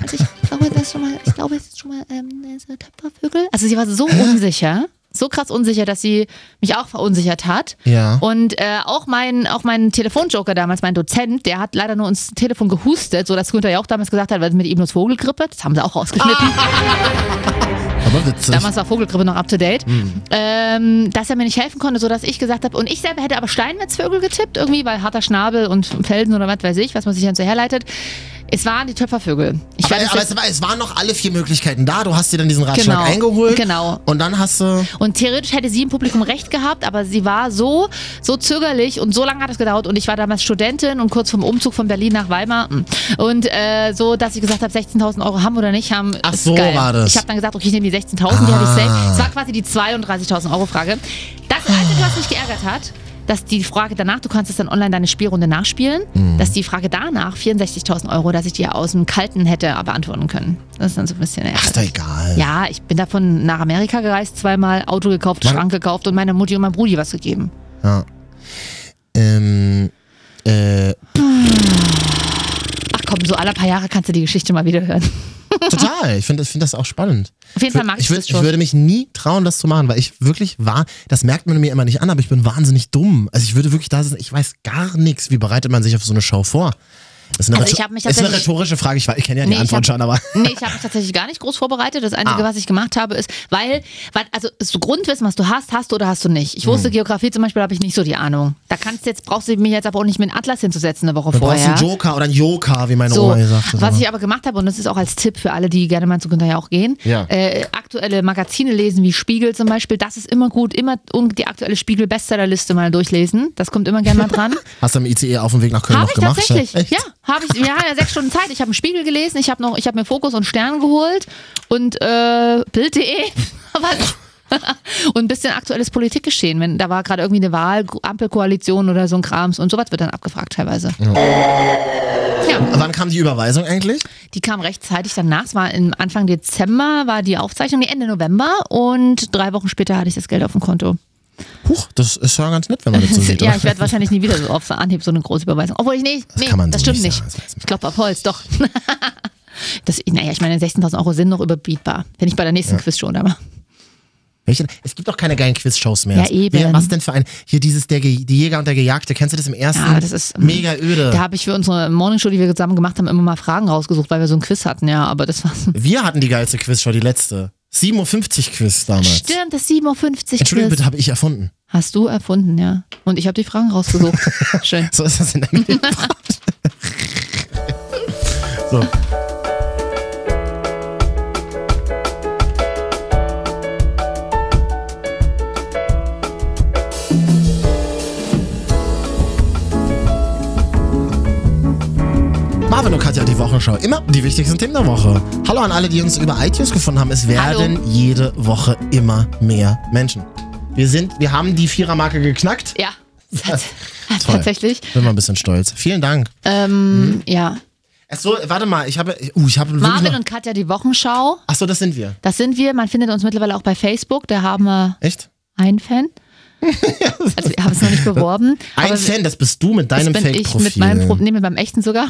S1: Also ich glaube, das ist schon mal, ich glaube, es ist schon mal ähm, diese Töpfervögel. Also sie war so unsicher, so krass unsicher, dass sie mich auch verunsichert hat.
S2: Ja.
S1: Und äh, auch mein, auch mein Telefonjoker damals, mein Dozent, der hat leider nur ins Telefon gehustet, sodass Günther ja auch damals gesagt hat, weil mit ihm bloß Vogelgrippe, das haben sie auch rausgeschnitten.
S2: Aber witzig.
S1: Damals war Vogelgrippe noch up to date.
S2: Hm.
S1: Ähm, dass er mir nicht helfen konnte, sodass ich gesagt habe, und ich selber hätte aber Steinmetzvögel getippt, irgendwie, weil harter Schnabel und Felsen oder was weiß ich, was man sich dann so herleitet. Es waren die Töpfervögel. Ich
S2: aber,
S1: werde es
S2: aber
S1: jetzt-
S2: es, war- es waren noch alle vier Möglichkeiten da. Du hast dir dann diesen Ratschlag
S1: Genau,
S2: eingeholt.
S1: genau.
S2: Und dann hast du.
S1: und theoretisch hätte sie im Publikum recht gehabt, aber sie war so, so zögerlich und so lange hat es gedauert. Und ich war damals Studentin und kurz vom Umzug von Berlin nach Weimar.
S2: Hm.
S1: mm. Und äh, so, dass ich gesagt habe, 16.000 Euro haben oder nicht haben.
S2: Ach
S1: ist
S2: so
S1: geil.
S2: war das. Ah.
S1: Ich habe dann gesagt, okay, ich nehme die 16.000, die habe ich safe. Es war quasi die 32.000 Euro Frage. Das Einzige, was mich geärgert hat, dass die Frage danach, du kannst es dann online deine Spielrunde nachspielen,
S2: Hm.
S1: dass die Frage danach 64.000 Euro, dass ich die aus dem Kalten hätte beantworten können. Das ist dann so ein bisschen ärgerlich.
S2: Ist doch egal.
S1: Ja, ich bin davon nach Amerika gereist, zweimal Auto gekauft,
S2: Wann-
S1: Schrank gekauft und meiner Mutti und meinem Brudi was gegeben.
S2: Ähm, äh,
S1: Ach komm, so alle paar Jahre kannst du die Geschichte mal wieder hören.
S2: total. Ich finde ich find das auch spannend.
S1: Auf jeden Fall mag ich,
S2: ich, würd,
S1: das
S2: ich
S1: schon.
S2: würde mich nie trauen, das zu machen, weil ich wirklich war, das merkt man mir immer nicht an, aber ich bin wahnsinnig dumm. Also ich würde wirklich da sitzen, ich weiß gar nichts, wie bereitet man sich auf so eine Show vor. Das ist eine,
S1: Also
S2: Rhetor-
S1: ich hab mich
S2: ist eine
S1: tatsächlich-
S2: rhetorische Frage, ich, weiß- ich kenne ja die
S1: Nee, ich
S2: Antwort
S1: hab-
S2: schon, aber
S1: nee, ich habe mich tatsächlich gar nicht groß vorbereitet. Das Einzige,
S2: Ah.
S1: was ich gemacht habe, ist, weil, weil also das Grundwissen, was du hast, hast du oder hast du nicht. Ich
S2: Hm.
S1: wusste, Geografie zum Beispiel habe ich nicht so die Ahnung. Da kannst du jetzt, brauchst du mich jetzt aber auch nicht mit einem Atlas hinzusetzen eine Woche
S2: du brauchst
S1: vorher.
S2: einen Joker oder einen Joker, wie meine
S1: So,
S2: Oma gesagt hat.
S1: was
S2: aber-
S1: ich aber gemacht habe, und das ist auch als Tipp für alle, die gerne mal zu Günther ja auch gehen,
S2: Ja.
S1: äh, aktuelle Magazine lesen, wie Spiegel zum Beispiel, das ist immer gut, immer und die aktuelle Spiegel-Bestsellerliste mal durchlesen, das kommt immer gerne mal dran.
S2: Hast du im ICE auf dem Weg nach Köln
S1: Habe
S2: noch
S1: ich
S2: gemacht?
S1: tatsächlich,
S2: Echt?
S1: ja, habe ich, wir haben ja sechs Stunden Zeit, ich habe einen Spiegel gelesen, ich habe noch, ich habe mir Fokus und Stern geholt und äh, Bild.de, was? Und ein bisschen aktuelles Politikgeschehen. Wenn, da war gerade irgendwie eine Wahl, Ampelkoalition oder so ein Krams und sowas wird dann abgefragt teilweise. ja.
S2: Wann kam die Überweisung eigentlich?
S1: Die kam rechtzeitig danach. Es war im Anfang Dezember, war die Aufzeichnung, nee, Ende November und drei Wochen später hatte ich das Geld auf dem Konto.
S2: Huch, das ist ja ganz nett, wenn man das so sieht.
S1: ja,
S2: oder?
S1: ich werde wahrscheinlich nie wieder so auf Anhieb so eine große Überweisung. Obwohl ich nicht, nee,
S2: kann man
S1: das
S2: so
S1: stimmt
S2: nicht
S1: nicht.
S2: sagen, das weiß man.
S1: Ich glaube auf Holz, doch. Das, naja, ich meine, 16.000 Euro sind noch überbietbar, wenn ich bei der nächsten Quiz schon da war.
S2: Welche? Es gibt doch keine geilen Quizshows mehr.
S1: Ja, eben.
S2: Wer, was denn für ein? Hier dieses der Ge die Jäger und der Gejagte. Kennst du das im ersten?
S1: Ja, das ist, ähm,
S2: mega öde.
S1: Da habe ich für unsere Morningshow, die wir zusammen gemacht haben, immer mal Fragen rausgesucht, weil wir so einen Quiz hatten, ja, aber das war
S2: Wir hatten die geilste Quizshow, die letzte. 7:50 Quiz damals.
S1: Stimmt, das 7.50 Uhr
S2: Entschuldigung,
S1: Quiz.
S2: bitte, habe ich erfunden.
S1: Hast du erfunden, ja. Und ich habe die Fragen rausgesucht. Schön.
S2: So ist das in der Medienbranche. So. Marvin und Katja, die Wochenschau. Immer die wichtigsten Themen der Woche. Hallo an alle, die uns über iTunes gefunden haben. Es werden
S1: Hallo.
S2: jede Woche immer mehr Menschen. Wir sind, wir haben die Vierermarke geknackt.
S1: Ja, tats
S2: Toll.
S1: tatsächlich.
S2: Bin mal ein bisschen stolz. Vielen Dank.
S1: Ähm, ja.
S2: Ach so, warte mal, ich habe, uh, ich habe wirklich
S1: Marvin
S2: noch-
S1: und Katja, die Wochenschau.
S2: Ach so, das sind wir.
S1: Das sind wir. Man findet uns mittlerweile auch bei Facebook. Da haben wir
S2: Echt?
S1: einen Fan. Also, wir haben es noch nicht beworben.
S2: Ein
S1: aber
S2: Fan, das bist du mit
S1: Das
S2: deinem
S1: bin ich
S2: Fake-Profil.
S1: mit meinem Pro nee, mit meinem echten sogar.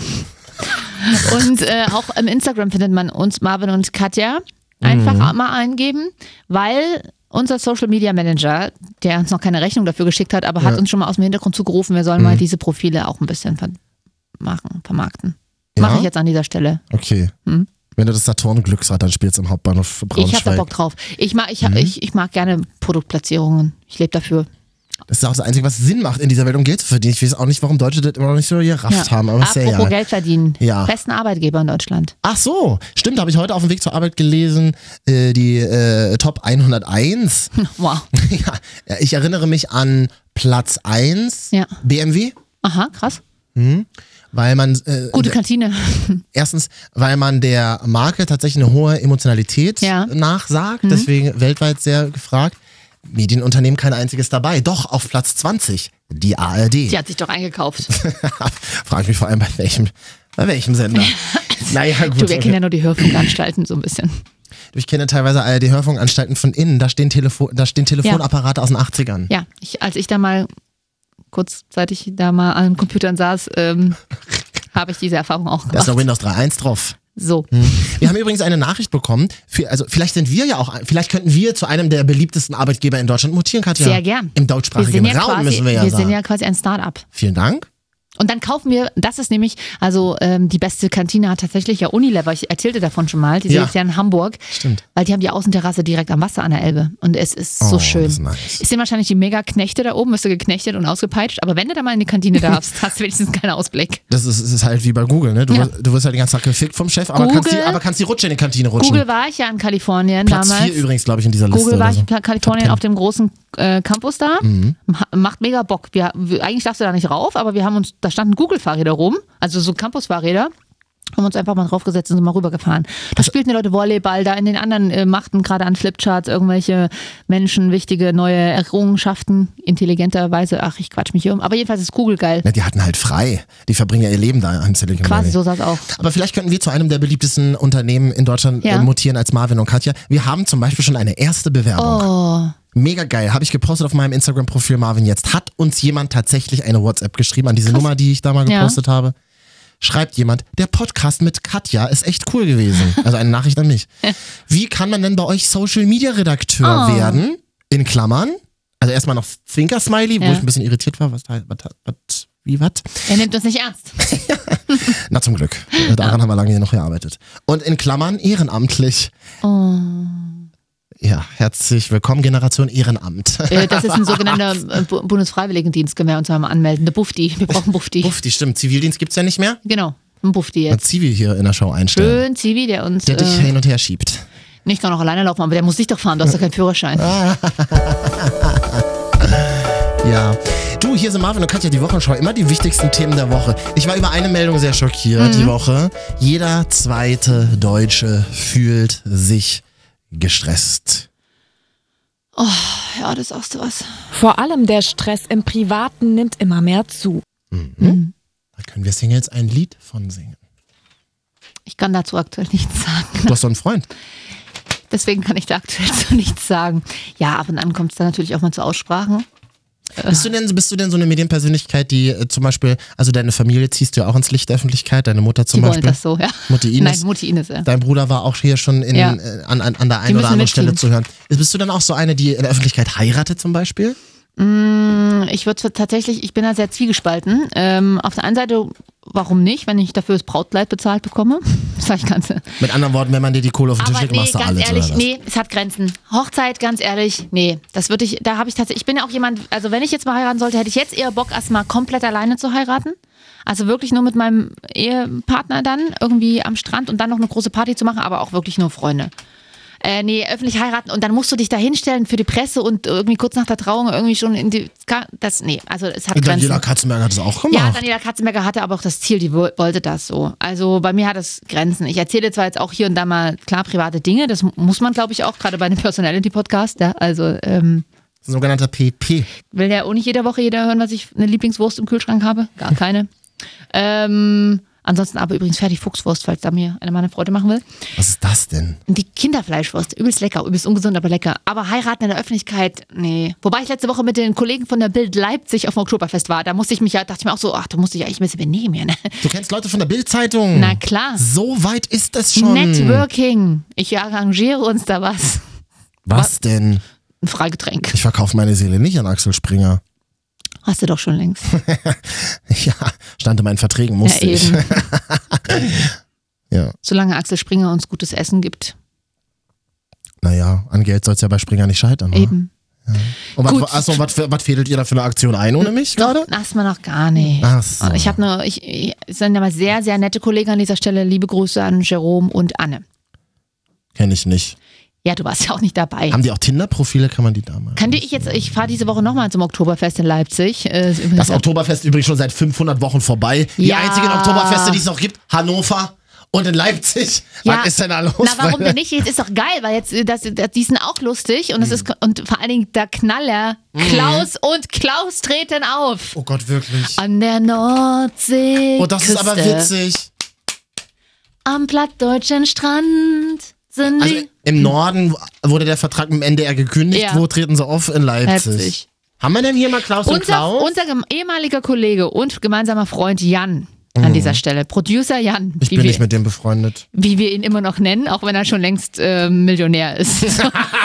S1: und äh, auch im Instagram findet man uns Marvin und Katja. Einfach
S2: Mhm.
S1: mal eingeben, weil unser Social Media Manager, der uns noch keine Rechnung dafür geschickt hat, aber hat uns schon mal aus dem Hintergrund zugerufen, wir
S2: Mhm.
S1: sollen mal diese Profile auch ein bisschen ver machen, vermarkten.
S2: Ja?
S1: Mache ich jetzt an dieser Stelle.
S2: Okay. Wenn du das Saturn-Glücksrad dann spielst im Hauptbahnhof
S1: Hm? Ich habe da
S2: Braunschweig. Mhm.
S1: Bock drauf. Ich mag, ich, hab- ich, ich mag gerne Produktplatzierungen. Ich lebe dafür.
S2: Das ist auch das Einzige, was Sinn macht in dieser Welt, um Geld zu verdienen. Ich weiß auch nicht, warum Deutsche das immer noch nicht so gerafft haben, aber ist ja
S1: Apropos
S2: egal.
S1: Geld verdienen.
S2: Ja.
S1: Besten Arbeitgeber in Deutschland.
S2: Ach so, stimmt, habe ich heute auf dem Weg zur Arbeit gelesen, äh, die äh, Top 101.
S1: Wow.
S2: ja, ich erinnere mich an Platz 1,
S1: Ja.
S2: BMW,
S1: Aha, krass.
S2: weil man äh,
S1: Gute Kantine.
S2: Erstens, weil man der Marke tatsächlich eine hohe Emotionalität
S1: Ja. Mhm.
S2: nachsagt, deswegen weltweit sehr gefragt. Medienunternehmen kein einziges dabei. Doch auf Platz 20, die ARD.
S1: Die hat sich doch eingekauft.
S2: Frage ich mich vor allem bei welchem, bei welchem Sender. naja, gut.
S1: Du, wir kennen ja nur die Hörfunkanstalten so ein bisschen.
S2: Ich kenne teilweise ARD-Hörfunkanstalten von innen. Da stehen, Telefo da stehen Telefonapparate aus den 80ern.
S1: Ja, ich, als ich da mal kurzzeitig da mal an Computern saß, ähm, habe ich diese Erfahrung auch
S2: Da ist
S1: gemacht.
S2: noch Windows 3.1 drauf.
S1: So,
S2: Wir haben übrigens eine Nachricht bekommen. Für, also vielleicht sind wir ja auch, ein- vielleicht könnten wir zu einem der beliebtesten Arbeitgeber in Deutschland mutieren, Katja.
S1: sehr gern.
S2: Im
S1: wir sind
S2: deutschsprachigen
S1: ja
S2: Raum
S1: quasi,
S2: müssen wir ja sagen.
S1: sind ja quasi ein Start-up.
S2: Vielen Dank.
S1: Und dann kaufen wir, das ist nämlich, also ähm, die beste Kantine hat tatsächlich ja Unilever, ich erzählte davon schon mal, die
S2: Ja.
S1: sitzt ja in Hamburg,
S2: Stimmt.
S1: weil die haben die Außenterrasse direkt am Wasser an der Elbe und es ist so
S2: Oh,
S1: schön.
S2: das ist nice.
S1: Ist sind wahrscheinlich die mega Knechte da oben, wirst du geknechtet und ausgepeitscht, aber wenn du da mal in die Kantine darfst, hast du wenigstens keinen Ausblick.
S2: Das ist, es ist halt wie bei Google, ne? Du,
S1: Ja.
S2: wirst- du wirst halt den ganzen Tag gefickt vom Chef, aber,
S1: Google-
S2: kannst die, aber kannst die Rutsche in die Kantine rutschen.
S1: Google war ich ja in Kalifornien
S2: Platz
S1: damals.
S2: 4 übrigens, glaube ich, in dieser Liste.
S1: Google war
S2: oder
S1: ich
S2: so. Mhm.
S1: in Pla- Kalifornien auf dem großen äh, Campus da. Ma- Macht mega Bock. Wir, wir, eigentlich darfst du da nicht rauf, aber wir haben uns, da standen Google-Fahrräder rum, also so Campus-Fahrräder. Haben uns einfach mal draufgesetzt und sind mal rübergefahren. Da
S2: Also
S1: spielten die Leute Volleyball, da in den anderen äh, machten gerade an Flipcharts irgendwelche Menschen wichtige neue Errungenschaften, intelligenterweise. Ach, ich quatsch mich hier um. Aber jedenfalls ist Google geil.
S2: Na, die hatten halt frei. Die verbringen ja ihr Leben da am Silicon
S1: Quasi
S2: Valley.
S1: so sah es auch.
S2: Aber vielleicht könnten wir zu einem der beliebtesten Unternehmen in Deutschland
S1: Ja.
S2: äh, mutieren als Marvin und Katja. Wir haben zum Beispiel schon eine erste Bewerbung.
S1: Oh,
S2: Mega geil. Habe ich gepostet auf meinem Instagram-Profil Marvin jetzt. Hat uns jemand tatsächlich eine WhatsApp geschrieben an diese Nummer, die ich da mal
S1: Ja.
S2: gepostet habe? Schreibt jemand, der Podcast mit Katja ist echt cool gewesen. Also eine Nachricht an mich. Wie kann man denn bei euch Social Media Redakteur
S1: Oh.
S2: werden? In Klammern. Also erstmal noch Zwinker-Smiley, wo
S1: Ja.
S2: ich ein bisschen irritiert war. Was, was, was, wie was?
S1: er nimmt uns nicht ernst.
S2: Na zum Glück. Daran haben wir lange noch gearbeitet. Und in Klammern ehrenamtlich.
S1: Oh.
S2: Ja, herzlich willkommen, Generation Ehrenamt.
S1: Äh, Das ist ein sogenannter äh, Bu- Bundesfreiwilligendienst, können wir uns mal anmelden. Eine Bufti. Wir brauchen Bufti.
S2: Uff, die stimmt. Zivildienst gibt's ja nicht mehr.
S1: Genau, ein Bufti
S2: Mal
S1: jetzt.
S2: Zivi hier in der Show einstellen.
S1: Schön Zivi, der uns
S2: Der dich
S1: äh,
S2: hin und her schiebt.
S1: nicht kann auch alleine laufen, aber der muss dich doch fahren, du hast doch keinen Führerschein.
S2: Ah. Ja. Du, hier sind Marvin und Katja, die Wochenschau. Immer die wichtigsten Themen der Woche. Ich war über eine Meldung sehr schockiert die Woche. Jeder zweite Deutsche fühlt sich gestresst.
S1: Ja, das sagst du was.
S8: Vor allem der Stress im Privaten nimmt immer mehr zu.
S2: Da können wir Singles ein Lied von singen.
S1: Ich kann dazu aktuell nichts sagen.
S2: Du hast doch einen Freund.
S1: Deswegen kann ich da aktuell so nichts sagen. Ja, ab und an kommt es da natürlich auch mal zu Aussprachen.
S2: Bist du denn, bist du denn so eine Medienpersönlichkeit, die äh, zum Beispiel, also deine Familie ziehst du ja auch ins Licht der Öffentlichkeit, deine Mutter zum
S1: Die wollen
S2: Beispiel.
S1: das so, ja.
S2: Mutti Ines.
S1: Nein, Mutti Ines, ja.
S2: Dein Bruder war auch hier schon in,
S1: Ja.
S2: äh, an, an, an der
S1: Die
S2: einen oder
S1: müssen
S2: anderen Stelle
S1: mitziehen.
S2: zu hören. Bist du dann auch so eine, die in der Öffentlichkeit heiratet zum Beispiel?
S1: Hm, Ich würde tatsächlich, ich bin da sehr zwiegespalten. Ähm, auf der einen Seite, warum nicht, wenn ich dafür das Brautkleid bezahlt bekomme? Sag ich ganz.
S2: Mit anderen Worten, wenn man dir die Kohle auf den Tisch
S1: Aber
S2: legt,
S1: nee,
S2: machst du
S1: ganz
S2: alles.
S1: ehrlich,
S2: oder was?
S1: nee, es hat Grenzen. Hochzeit, ganz ehrlich, nee, das würde ich, da habe ich tatsächlich, ich bin ja auch jemand, also wenn ich jetzt mal heiraten sollte, hätte ich jetzt eher Bock, erstmal komplett alleine zu heiraten. Also wirklich nur mit meinem Ehepartner dann irgendwie am Strand und dann noch eine große Party zu machen, aber auch wirklich nur Freunde. Äh, nee, öffentlich heiraten und dann musst du dich da hinstellen für die Presse und irgendwie kurz nach der Trauung irgendwie schon in die. Ka- Das, nee, also es hat
S2: Daniela
S1: Grenzen.
S2: Katzenberger hat das auch
S1: Ja,
S2: gemacht.
S1: Daniela Katzenberger hatte aber auch das Ziel, die wo- wollte das so. Also bei mir hat es Grenzen. Ich erzähle zwar jetzt auch hier und da mal klar private Dinge, das mu- muss man glaube ich auch, gerade bei einem Personality-Podcast. Ja? Also ähm,
S2: das ist ein sogenannter PP.
S1: will ja auch nicht jede Woche jeder hören, was ich eine Lieblingswurst im Kühlschrank habe. Gar keine. ähm, ansonsten aber übrigens fertig Fuchswurst, falls da mir eine meiner Freude machen will.
S2: Was ist das denn?
S1: Die Kinderfleischwurst, übelst lecker, übelst ungesund, aber lecker. Aber heiraten in der Öffentlichkeit, nee. Wobei ich letzte Woche mit den Kollegen von der Bild Leipzig auf dem Oktoberfest war. Da musste ich mich ja, dachte ich mir auch so, ach, du musst dich eigentlich ein bisschen benehmen. hier, Ne?
S2: Du kennst Leute von der Bild-Zeitung.
S1: Na klar.
S2: So weit ist das schon.
S1: Networking. Ich arrangiere uns da was.
S2: Was denn?
S1: Ein Freigetränk.
S2: Ich verkaufe meine Seele nicht an Axel Springer.
S1: Hast du doch schon längst.
S2: Ja, stand in meinen Verträgen, musste
S1: ja,
S2: ich.
S1: eben.
S2: Ja.
S1: Solange Axel Springer uns gutes Essen gibt.
S2: Naja, an Geld soll es ja bei Springer nicht scheitern. wa?
S1: Eben.
S2: Und
S1: Gut.
S2: was, achso, was, was fädelt ihr da für eine Aktion ein ohne mich gerade?
S1: Das mal noch gar nicht.
S2: Ach so.
S1: Ich habe eine, ich, ich es sind ja mal sehr, sehr nette Kollegen an dieser Stelle. Liebe Grüße an Jerome und Anne.
S2: Kenne ich nicht.
S1: Ja, du warst ja auch nicht dabei.
S2: Haben die auch Tinder-Profile? Kann man die da mal?
S1: Kann die ich jetzt, ich fahre diese Woche nochmal zum Oktoberfest in Leipzig. Äh, ist übrigens-
S2: Das Oktoberfest übrigens schon seit 500 Wochen vorbei. Die
S1: Ja.
S2: einzigen Oktoberfeste, die es noch gibt, Hannover und in Leipzig. Was ist denn da los?
S1: Na, warum denn nicht? Jetzt ist doch geil, weil jetzt, äh, das, das, die sind auch lustig
S2: Mhm.
S1: und, das ist, und vor allen Dingen der Knaller. Klaus und Klaus treten auf.
S2: Oh Gott, wirklich.
S1: An der Nordsee.
S2: Oh, das ist aber witzig.
S1: Am plattdeutschen Strand sind
S2: Also
S1: die.
S2: im Norden wurde der Vertrag mit dem NDR gekündigt.
S1: Ja.
S2: Wo treten sie auf? In Leipzig.
S1: Leipzig.
S2: Haben wir denn hier mal Klaus und
S1: Unser,
S2: Klaus?
S1: unser gem- ehemaliger Kollege und gemeinsamer Freund Jan an dieser Stelle, Producer Jan,
S2: Mhm. ich
S1: wie,
S2: bin
S1: wir,
S2: nicht mit dem befreundet.
S1: wie wir ihn immer noch nennen, auch wenn er schon längst ähm, Millionär ist.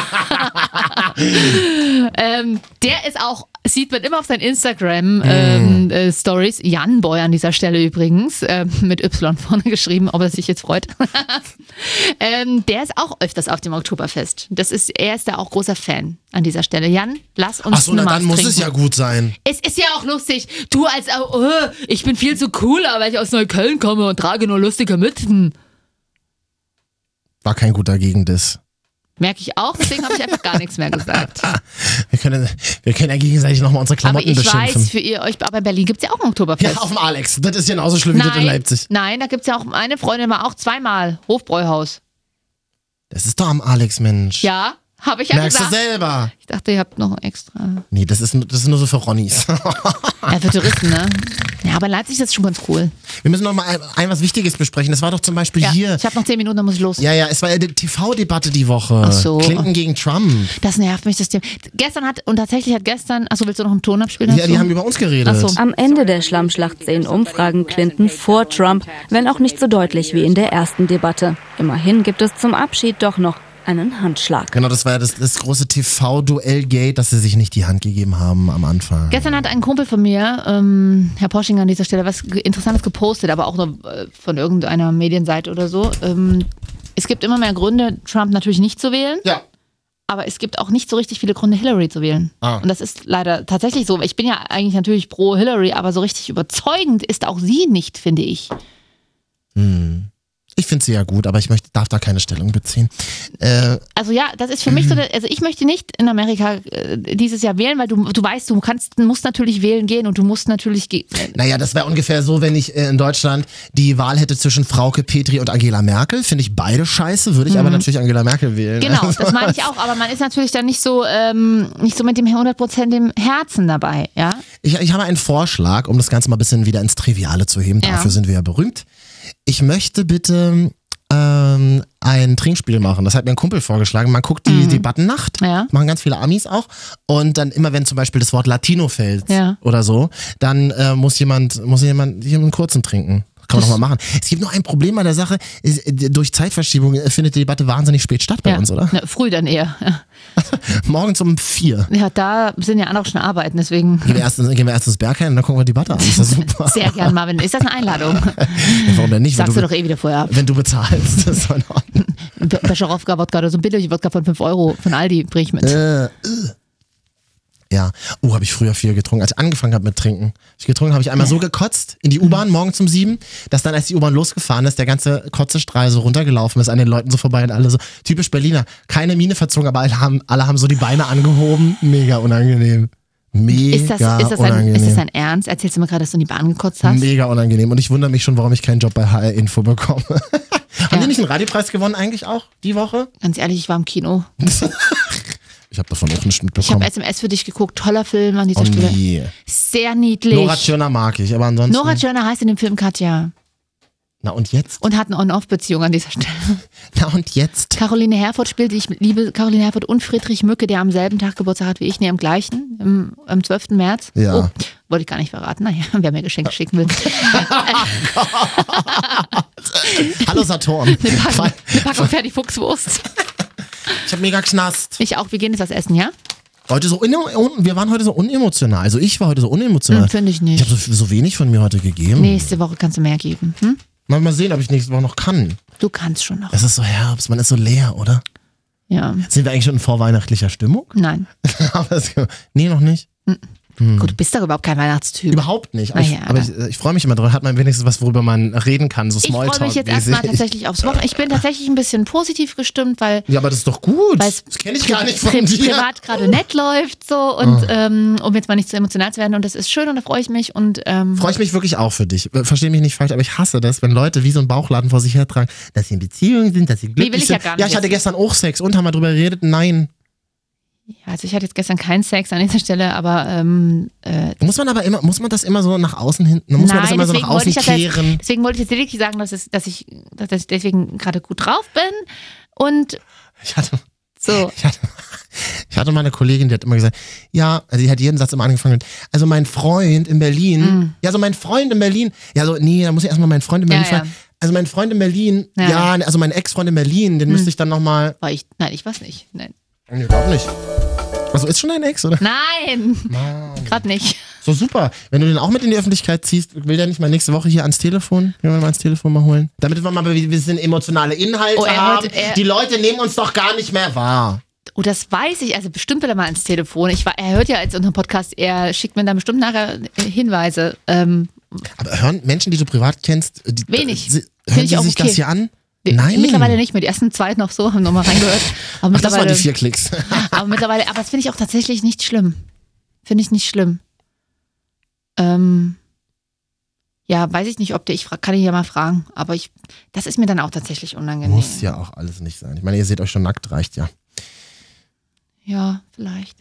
S1: ähm, der ist auch, sieht man immer auf seinen
S2: Mm.
S1: Instagram ähm, äh, Stories, Jan Boy an dieser Stelle übrigens, ähm, mit Y vorne geschrieben, ob er sich jetzt freut. ähm, der ist auch öfters auf dem Oktoberfest. Das ist, er ist da auch großer Fan an dieser Stelle. Jan, lass uns
S2: Achso,
S1: eine
S2: na dann
S1: Maß
S2: muss
S1: trinken.
S2: es ja gut sein.
S1: Es ist ja auch lustig. Du als, äh, oh, ich bin viel zu cooler, weil ich aus Neukölln komme und trage nur lustige Mützen.
S2: War kein guter Gegendiss.
S1: Merke ich auch, deswegen habe ich einfach gar nichts mehr gesagt.
S2: Wir können, wir können ja gegenseitig nochmal unsere
S1: Aber
S2: Klamotten
S1: ich
S2: beschimpfen.
S1: weiß, für ihr euch, aber in Berlin gibt es ja auch ein Oktoberfest.
S2: ja, auf dem Alex. Das ist genauso schlimm wie das in
S1: nein,
S2: Leipzig.
S1: nein, da gibt es ja auch, meine Freundin war auch zweimal Hofbräuhaus.
S2: Das ist doch am Alex, Mensch.
S1: Ja, habe ich ja
S2: Merkst du
S1: gesagt.
S2: selber.
S1: Ich dachte, ihr habt noch ein extra.
S2: Nee, das ist, nur- das ist nur so für Ronnies.
S1: Ja, für Touristen, ne? Ja, aber in Leipzig ist das schon ganz cool.
S2: Wir müssen noch mal ein, ein was Wichtiges besprechen. Das war doch zum Beispiel
S1: Ja,
S2: hier.
S1: Ich habe noch zehn Minuten, dann muss ich los.
S2: Ja, ja, es war ja die TV-Debatte die Woche.
S1: Ach so.
S2: Clinton gegen Trump.
S1: Das nervt mich, das Thema. Gestern hat, und tatsächlich hat gestern, achso, willst du noch einen Ton abspielen?
S2: Ja, die
S1: dazu?
S2: haben über uns geredet.
S1: Ach so.
S9: Am Ende der Schlammschlacht sehen Umfragen Clinton vor Trump, wenn auch nicht so deutlich wie in der ersten Debatte. Immerhin gibt es zum Abschied doch noch einen Handschlag.
S2: Genau, das war ja das, das große TV-Duell-Gate, dass sie sich nicht die Hand gegeben haben am Anfang.
S1: Gestern hat ein Kumpel von mir, ähm, Herr Posching an dieser Stelle, was ge- Interessantes gepostet, aber auch nur äh, von irgendeiner Medienseite oder so. Ähm, es gibt immer mehr Gründe, Trump natürlich nicht zu wählen.
S2: Ja.
S1: Aber es gibt auch nicht so richtig viele Gründe, Hillary zu wählen.
S2: Ah.
S1: Und das ist leider tatsächlich so. Ich bin ja eigentlich natürlich pro Hillary, aber so richtig überzeugend ist auch sie nicht, finde ich.
S2: Ich finde sie ja gut, aber ich möchte, darf da keine Stellung beziehen. Äh,
S1: Also ja, das ist für mich so, der- also ich möchte nicht in Amerika äh, dieses Jahr wählen, weil du, du weißt, du kannst, musst natürlich wählen gehen und du musst natürlich ge-
S2: naja, das wäre ungefähr so, wenn ich äh, in Deutschland die Wahl hätte zwischen Frauke Petri und Angela Merkel. Finde ich beide scheiße, würde ich aber natürlich Angela Merkel wählen.
S1: Genau,
S2: Also,
S1: das meine ich auch, aber man ist natürlich dann nicht so, ähm, nicht so mit dem 100% dem Herzen dabei, ja?
S2: Ich, ich habe einen Vorschlag, um das Ganze mal ein bisschen wieder ins Triviale zu heben.
S1: Ja.
S2: Dafür sind wir ja berühmt. Ich möchte bitte ähm, ein Trinkspiel machen. Das hat mir ein Kumpel vorgeschlagen. Man guckt die Debatten Nacht,
S1: Mhm. Ja.
S2: machen ganz viele Amis auch. Und dann immer, wenn zum Beispiel das Wort Latino fällt
S1: Ja.
S2: oder so, dann äh, muss jemand, muss jemand, jemand einen kurzen trinken. Kann man doch mal machen. Es gibt noch ein Problem an der Sache. Ist, äh, Durch Zeitverschiebung äh, findet die Debatte wahnsinnig spät statt bei
S1: ja.
S2: uns, oder?
S1: Na, früh dann eher.
S2: Morgens um vier.
S1: Ja, da sind ja andere schon arbeiten, deswegen
S2: Gehen wir erst, ins- gehen wir erst ins Bergheim und dann gucken wir die Debatte an. Ist das super?
S1: sehr gern, Marvin. Ist das eine Einladung?
S2: Warum denn nicht? Wenn
S1: Sagst du
S2: be-
S1: doch eh wieder vorher ab.
S2: wenn du bezahlst. Das ist doch in Ordnung.
S1: Be- Becherowka-Wodka oder so ein billig Wodka von 5 Euro von Aldi bring ich mit.
S2: Äh, äh. Ja. Oh, habe ich früher viel getrunken. Als ich angefangen habe mit Trinken, hab ich getrunken, habe ich einmal so gekotzt in die U-Bahn morgens um sieben, dass dann, als die U-Bahn losgefahren ist, der ganze Kotzestrahl so runtergelaufen ist, an den Leuten so vorbei und alle so, typisch Berliner, keine Miene verzogen, aber alle haben, alle haben so die Beine angehoben. Mega unangenehm. Mega
S1: Ist das, ist, das ein,
S2: unangenehm.
S1: ist das ein Ernst? Erzählst du mir gerade, dass du in die Bahn gekotzt hast?
S2: Mega unangenehm. Und ich wundere mich schon, warum ich keinen Job bei HR Info bekomme. Haben die nicht einen Radiopreis gewonnen eigentlich auch die Woche?
S1: Ganz ehrlich, ich war im Kino.
S2: Ich habe davon auch nicht
S1: Ich habe
S2: mitbekommen.
S1: SMS für dich geguckt. Toller Film an dieser
S2: Oh
S1: Stelle.
S2: nee.
S1: Sehr niedlich.
S2: Nora Tschirner mag ich, aber ansonsten.
S1: Nora Tschirner heißt in dem Film Katja
S2: Na und jetzt?
S1: und hat eine On-Off-Beziehung an dieser Stelle.
S2: Na und jetzt?
S1: Caroline Herford spielt, die ich liebe, Caroline Herford und Friedrich Mücke, der am selben Tag Geburtstag hat wie ich, nee, am gleichen, im, am 12. März.
S2: Ja.
S1: Oh, wollte ich gar nicht verraten. Naja, wer mir Geschenke schicken will. Äh,
S2: Hallo Saturn.
S1: Eine Packung,
S2: Fall-
S1: eine Packung fertig Fuchswurst.
S2: Ich habe mega knast.
S1: Ich auch, wir gehen jetzt was essen, ja?
S2: Heute so une- un wir waren heute so unemotional. Also ich war heute so unemotional.
S1: Hm, Finde ich
S2: ich
S1: nicht.
S2: habe so, so wenig von mir heute gegeben.
S1: Nächste Woche kannst du mehr geben. Hm?
S2: Mal, mal sehen, ob ich nächste Woche noch kann.
S1: Du kannst schon noch.
S2: Es ist so Herbst, man ist so leer, oder?
S1: Ja.
S2: Sind wir eigentlich schon in vorweihnachtlicher Stimmung?
S1: Nein.
S2: Aber es- nee, noch nicht.
S1: Gut, du bist doch überhaupt kein Weihnachtstyp.
S2: Hm. Überhaupt nicht. Aber,
S1: Naja.
S2: ich, aber ich, äh, ich freue mich immer darüber. Hat man wenigstens was, worüber man reden kann, so
S1: ich freue mich jetzt erstmal
S2: Smalltalk-mäßig.
S1: tatsächlich aufs Wochenende. Ich bin tatsächlich ein bisschen positiv gestimmt, weil
S2: Ja, aber das ist doch gut.
S1: weil es
S2: Das kenne ich
S1: pri-
S2: gar nicht von
S1: pri-
S2: dir. Ah.
S1: privat gerade nett läuft so und ähm, um jetzt mal nicht zu emotional zu werden und das ist schön und da freue ich mich und ähm,
S2: Freue ich mich wirklich auch für dich. Verstehe mich nicht falsch, aber ich hasse das, wenn Leute wie so ein Bauchladen vor sich hertragen, dass sie in Beziehung sind, dass sie glücklich
S1: will ich ja
S2: sind.
S1: gar nicht
S2: ja, ich hatte
S1: wissen.
S2: gestern auch Sex und haben wir drüber geredet. Nein.
S1: also ich hatte jetzt gestern keinen Sex an dieser Stelle, aber ähm, äh,
S2: Muss man aber immer, muss man das immer so nach außen hin, muss man das
S1: Nein,
S2: immer so
S1: deswegen
S2: nach
S1: wollte
S2: außen
S1: ich das jetzt-
S2: kehren?
S1: deswegen wollte ich jetzt lediglich sagen, dass, es, dass ich dass ich deswegen gerade gut drauf bin und
S2: Ich hatte,
S1: so.
S2: ich hatte, ich hatte mal eine Kollegin, die hat immer gesagt, ja, also die hat jeden Satz immer angefangen mit, also mein Freund in Berlin, ja, so mein Freund in Berlin, ja, so, nee, da muss ich erstmal meinen Freund in
S1: Mm. Ja,
S2: Berlin
S1: ja.
S2: fragen. Also mein Freund in Berlin,
S1: Ja, Mm.
S2: ja, also mein Ex-Freund in Berlin, den müsste ich dann nochmal,
S1: War ich, nein, ich weiß nicht. Nein.
S2: nee, glaub nicht. Also ist schon dein Ex, oder?
S1: Nein! Gerade nicht.
S2: So super. Wenn du den auch mit in die Öffentlichkeit ziehst, will der nicht mal nächste Woche hier ans Telefon? Können wir mal ans Telefon mal holen? Damit wir mal ein bisschen emotionale Inhalte
S1: Oh, er
S2: haben.
S1: wollte- er-
S2: die Leute nehmen uns doch gar nicht mehr wahr.
S1: Oh, das weiß ich. Also bestimmt will er mal ans Telefon. Ich war, er hört ja jetzt unseren Podcast. Er schickt mir dann bestimmt nachher äh, Hinweise. Ähm,
S2: Aber hören Menschen, die du privat kennst, die,
S1: Wenig.
S2: Sie,
S1: Find
S2: hören
S1: ich
S2: die
S1: auch
S2: sich
S1: okay.
S2: das hier an?
S1: die-
S2: Nein.
S1: Mittlerweile nicht mehr. Die ersten zwei noch so, haben nochmal reingehört. Aber
S2: Ach, das waren
S1: mittlerweile,
S2: die vier Klicks.
S1: aber mittlerweile, aber das finde ich auch tatsächlich nicht schlimm. Finde ich nicht schlimm. Ähm, ja, weiß ich nicht, ob der, ich fra- kann ihn ja mal fragen, aber ich, das ist mir dann auch tatsächlich unangenehm.
S2: Muss ja auch alles nicht sein. Ich meine, ihr seht euch schon nackt, reicht ja.
S1: Ja, vielleicht.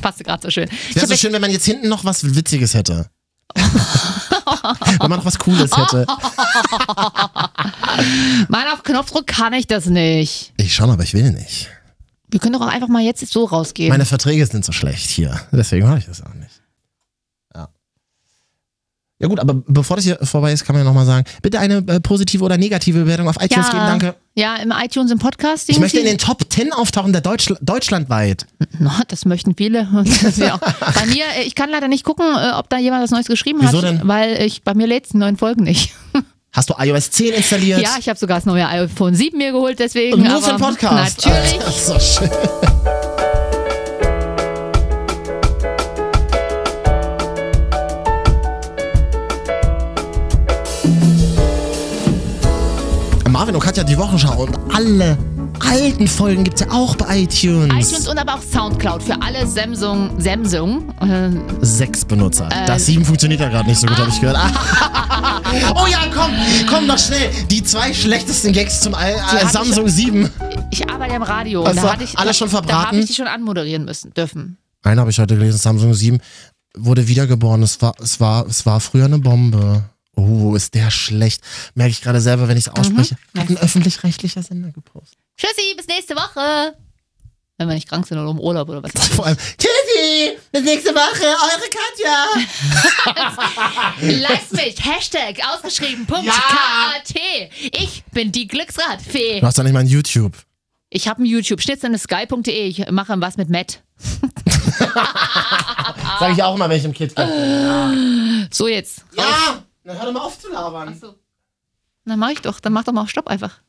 S1: Passte gerade so schön. Ich
S2: Wäre
S1: hab
S2: so
S1: jetzt-
S2: schön, wenn man jetzt hinten noch was Witziges hätte. wenn man noch was Cooles hätte.
S1: Mann, auf Knopfdruck kann ich das nicht.
S2: Ich schon, aber ich will nicht.
S1: Wir können doch auch einfach mal jetzt so rausgehen.
S2: Meine Verträge sind so schlecht hier. Deswegen mache ich das auch nicht. Ja. Ja gut, aber bevor das hier vorbei ist, kann man ja nochmal sagen, bitte eine äh, positive oder negative Bewertung auf iTunes
S1: Ja.
S2: geben, danke.
S1: Ja, im iTunes, im Podcast.
S2: Ich möchte in den Top 10 auftauchen, der Deutschl deutschlandweit.
S1: no, das möchten viele. Das ist ja auch- bei mir, äh, ich kann leider nicht gucken, äh, ob da jemand was Neues geschrieben
S2: Wieso
S1: hat,
S2: denn?
S1: weil ich bei mir lädt die neuen Folgen nicht.
S2: Hast du iOS 10 installiert?
S1: Ja, ich habe sogar das neue iPhone 7 mir geholt, deswegen.
S2: Nur für den
S1: aber
S2: Podcast.
S1: Natürlich.
S2: Das ist so schön. Marvin und Katja, die Wochenschau und alle alten Folgen gibt's ja auch bei iTunes.
S1: iTunes und aber auch Soundcloud für alle Samsung, Samsung, äh,
S2: Sechs Benutzer. das sieben funktioniert ja gerade nicht so gut, habe ich gehört.
S1: Ah.
S2: oh ja, komm, komm doch schnell. Die zwei schlechtesten Gags zum All
S1: hab
S2: äh,
S1: ich
S2: Samsung 7.
S1: Ich arbeite im Radio.
S2: Also,
S1: und da hatte ich,
S2: alles schon
S1: Da habe
S2: verbraten?
S1: ich die schon anmoderieren müssen, dürfen.
S2: Einen habe ich heute gelesen, Samsung 7 wurde wiedergeboren. Es war, es war, es war früher eine Bombe. Oh, ist der schlecht. Merke ich gerade selber, wenn ich es ausspreche. Mhm. Hat ein öffentlich-rechtlicher Sender gepostet.
S1: Tschüssi, bis nächste Woche. Wenn wir nicht krank sind oder im Urlaub oder was.
S2: Vor allem, Tschüssi, bis nächste Woche, eure Katja.
S1: Lass mich, Hashtag ausgeschrieben, Punkt,
S2: Ja.
S1: KAT. Ich bin die
S2: Du
S1: Glücksradfee.
S2: hast doch nicht mal ein YouTube.
S1: Ich habe ein YouTube, schnitzelnde sky.de. E. Ich mache was mit Matt.
S2: Sag ich auch immer, wenn ich im Kids bin.
S1: So jetzt.
S2: Ja, dann hör doch mal auf zu labern.
S1: Dann mach ich doch, dann mach doch mal auf Stopp einfach.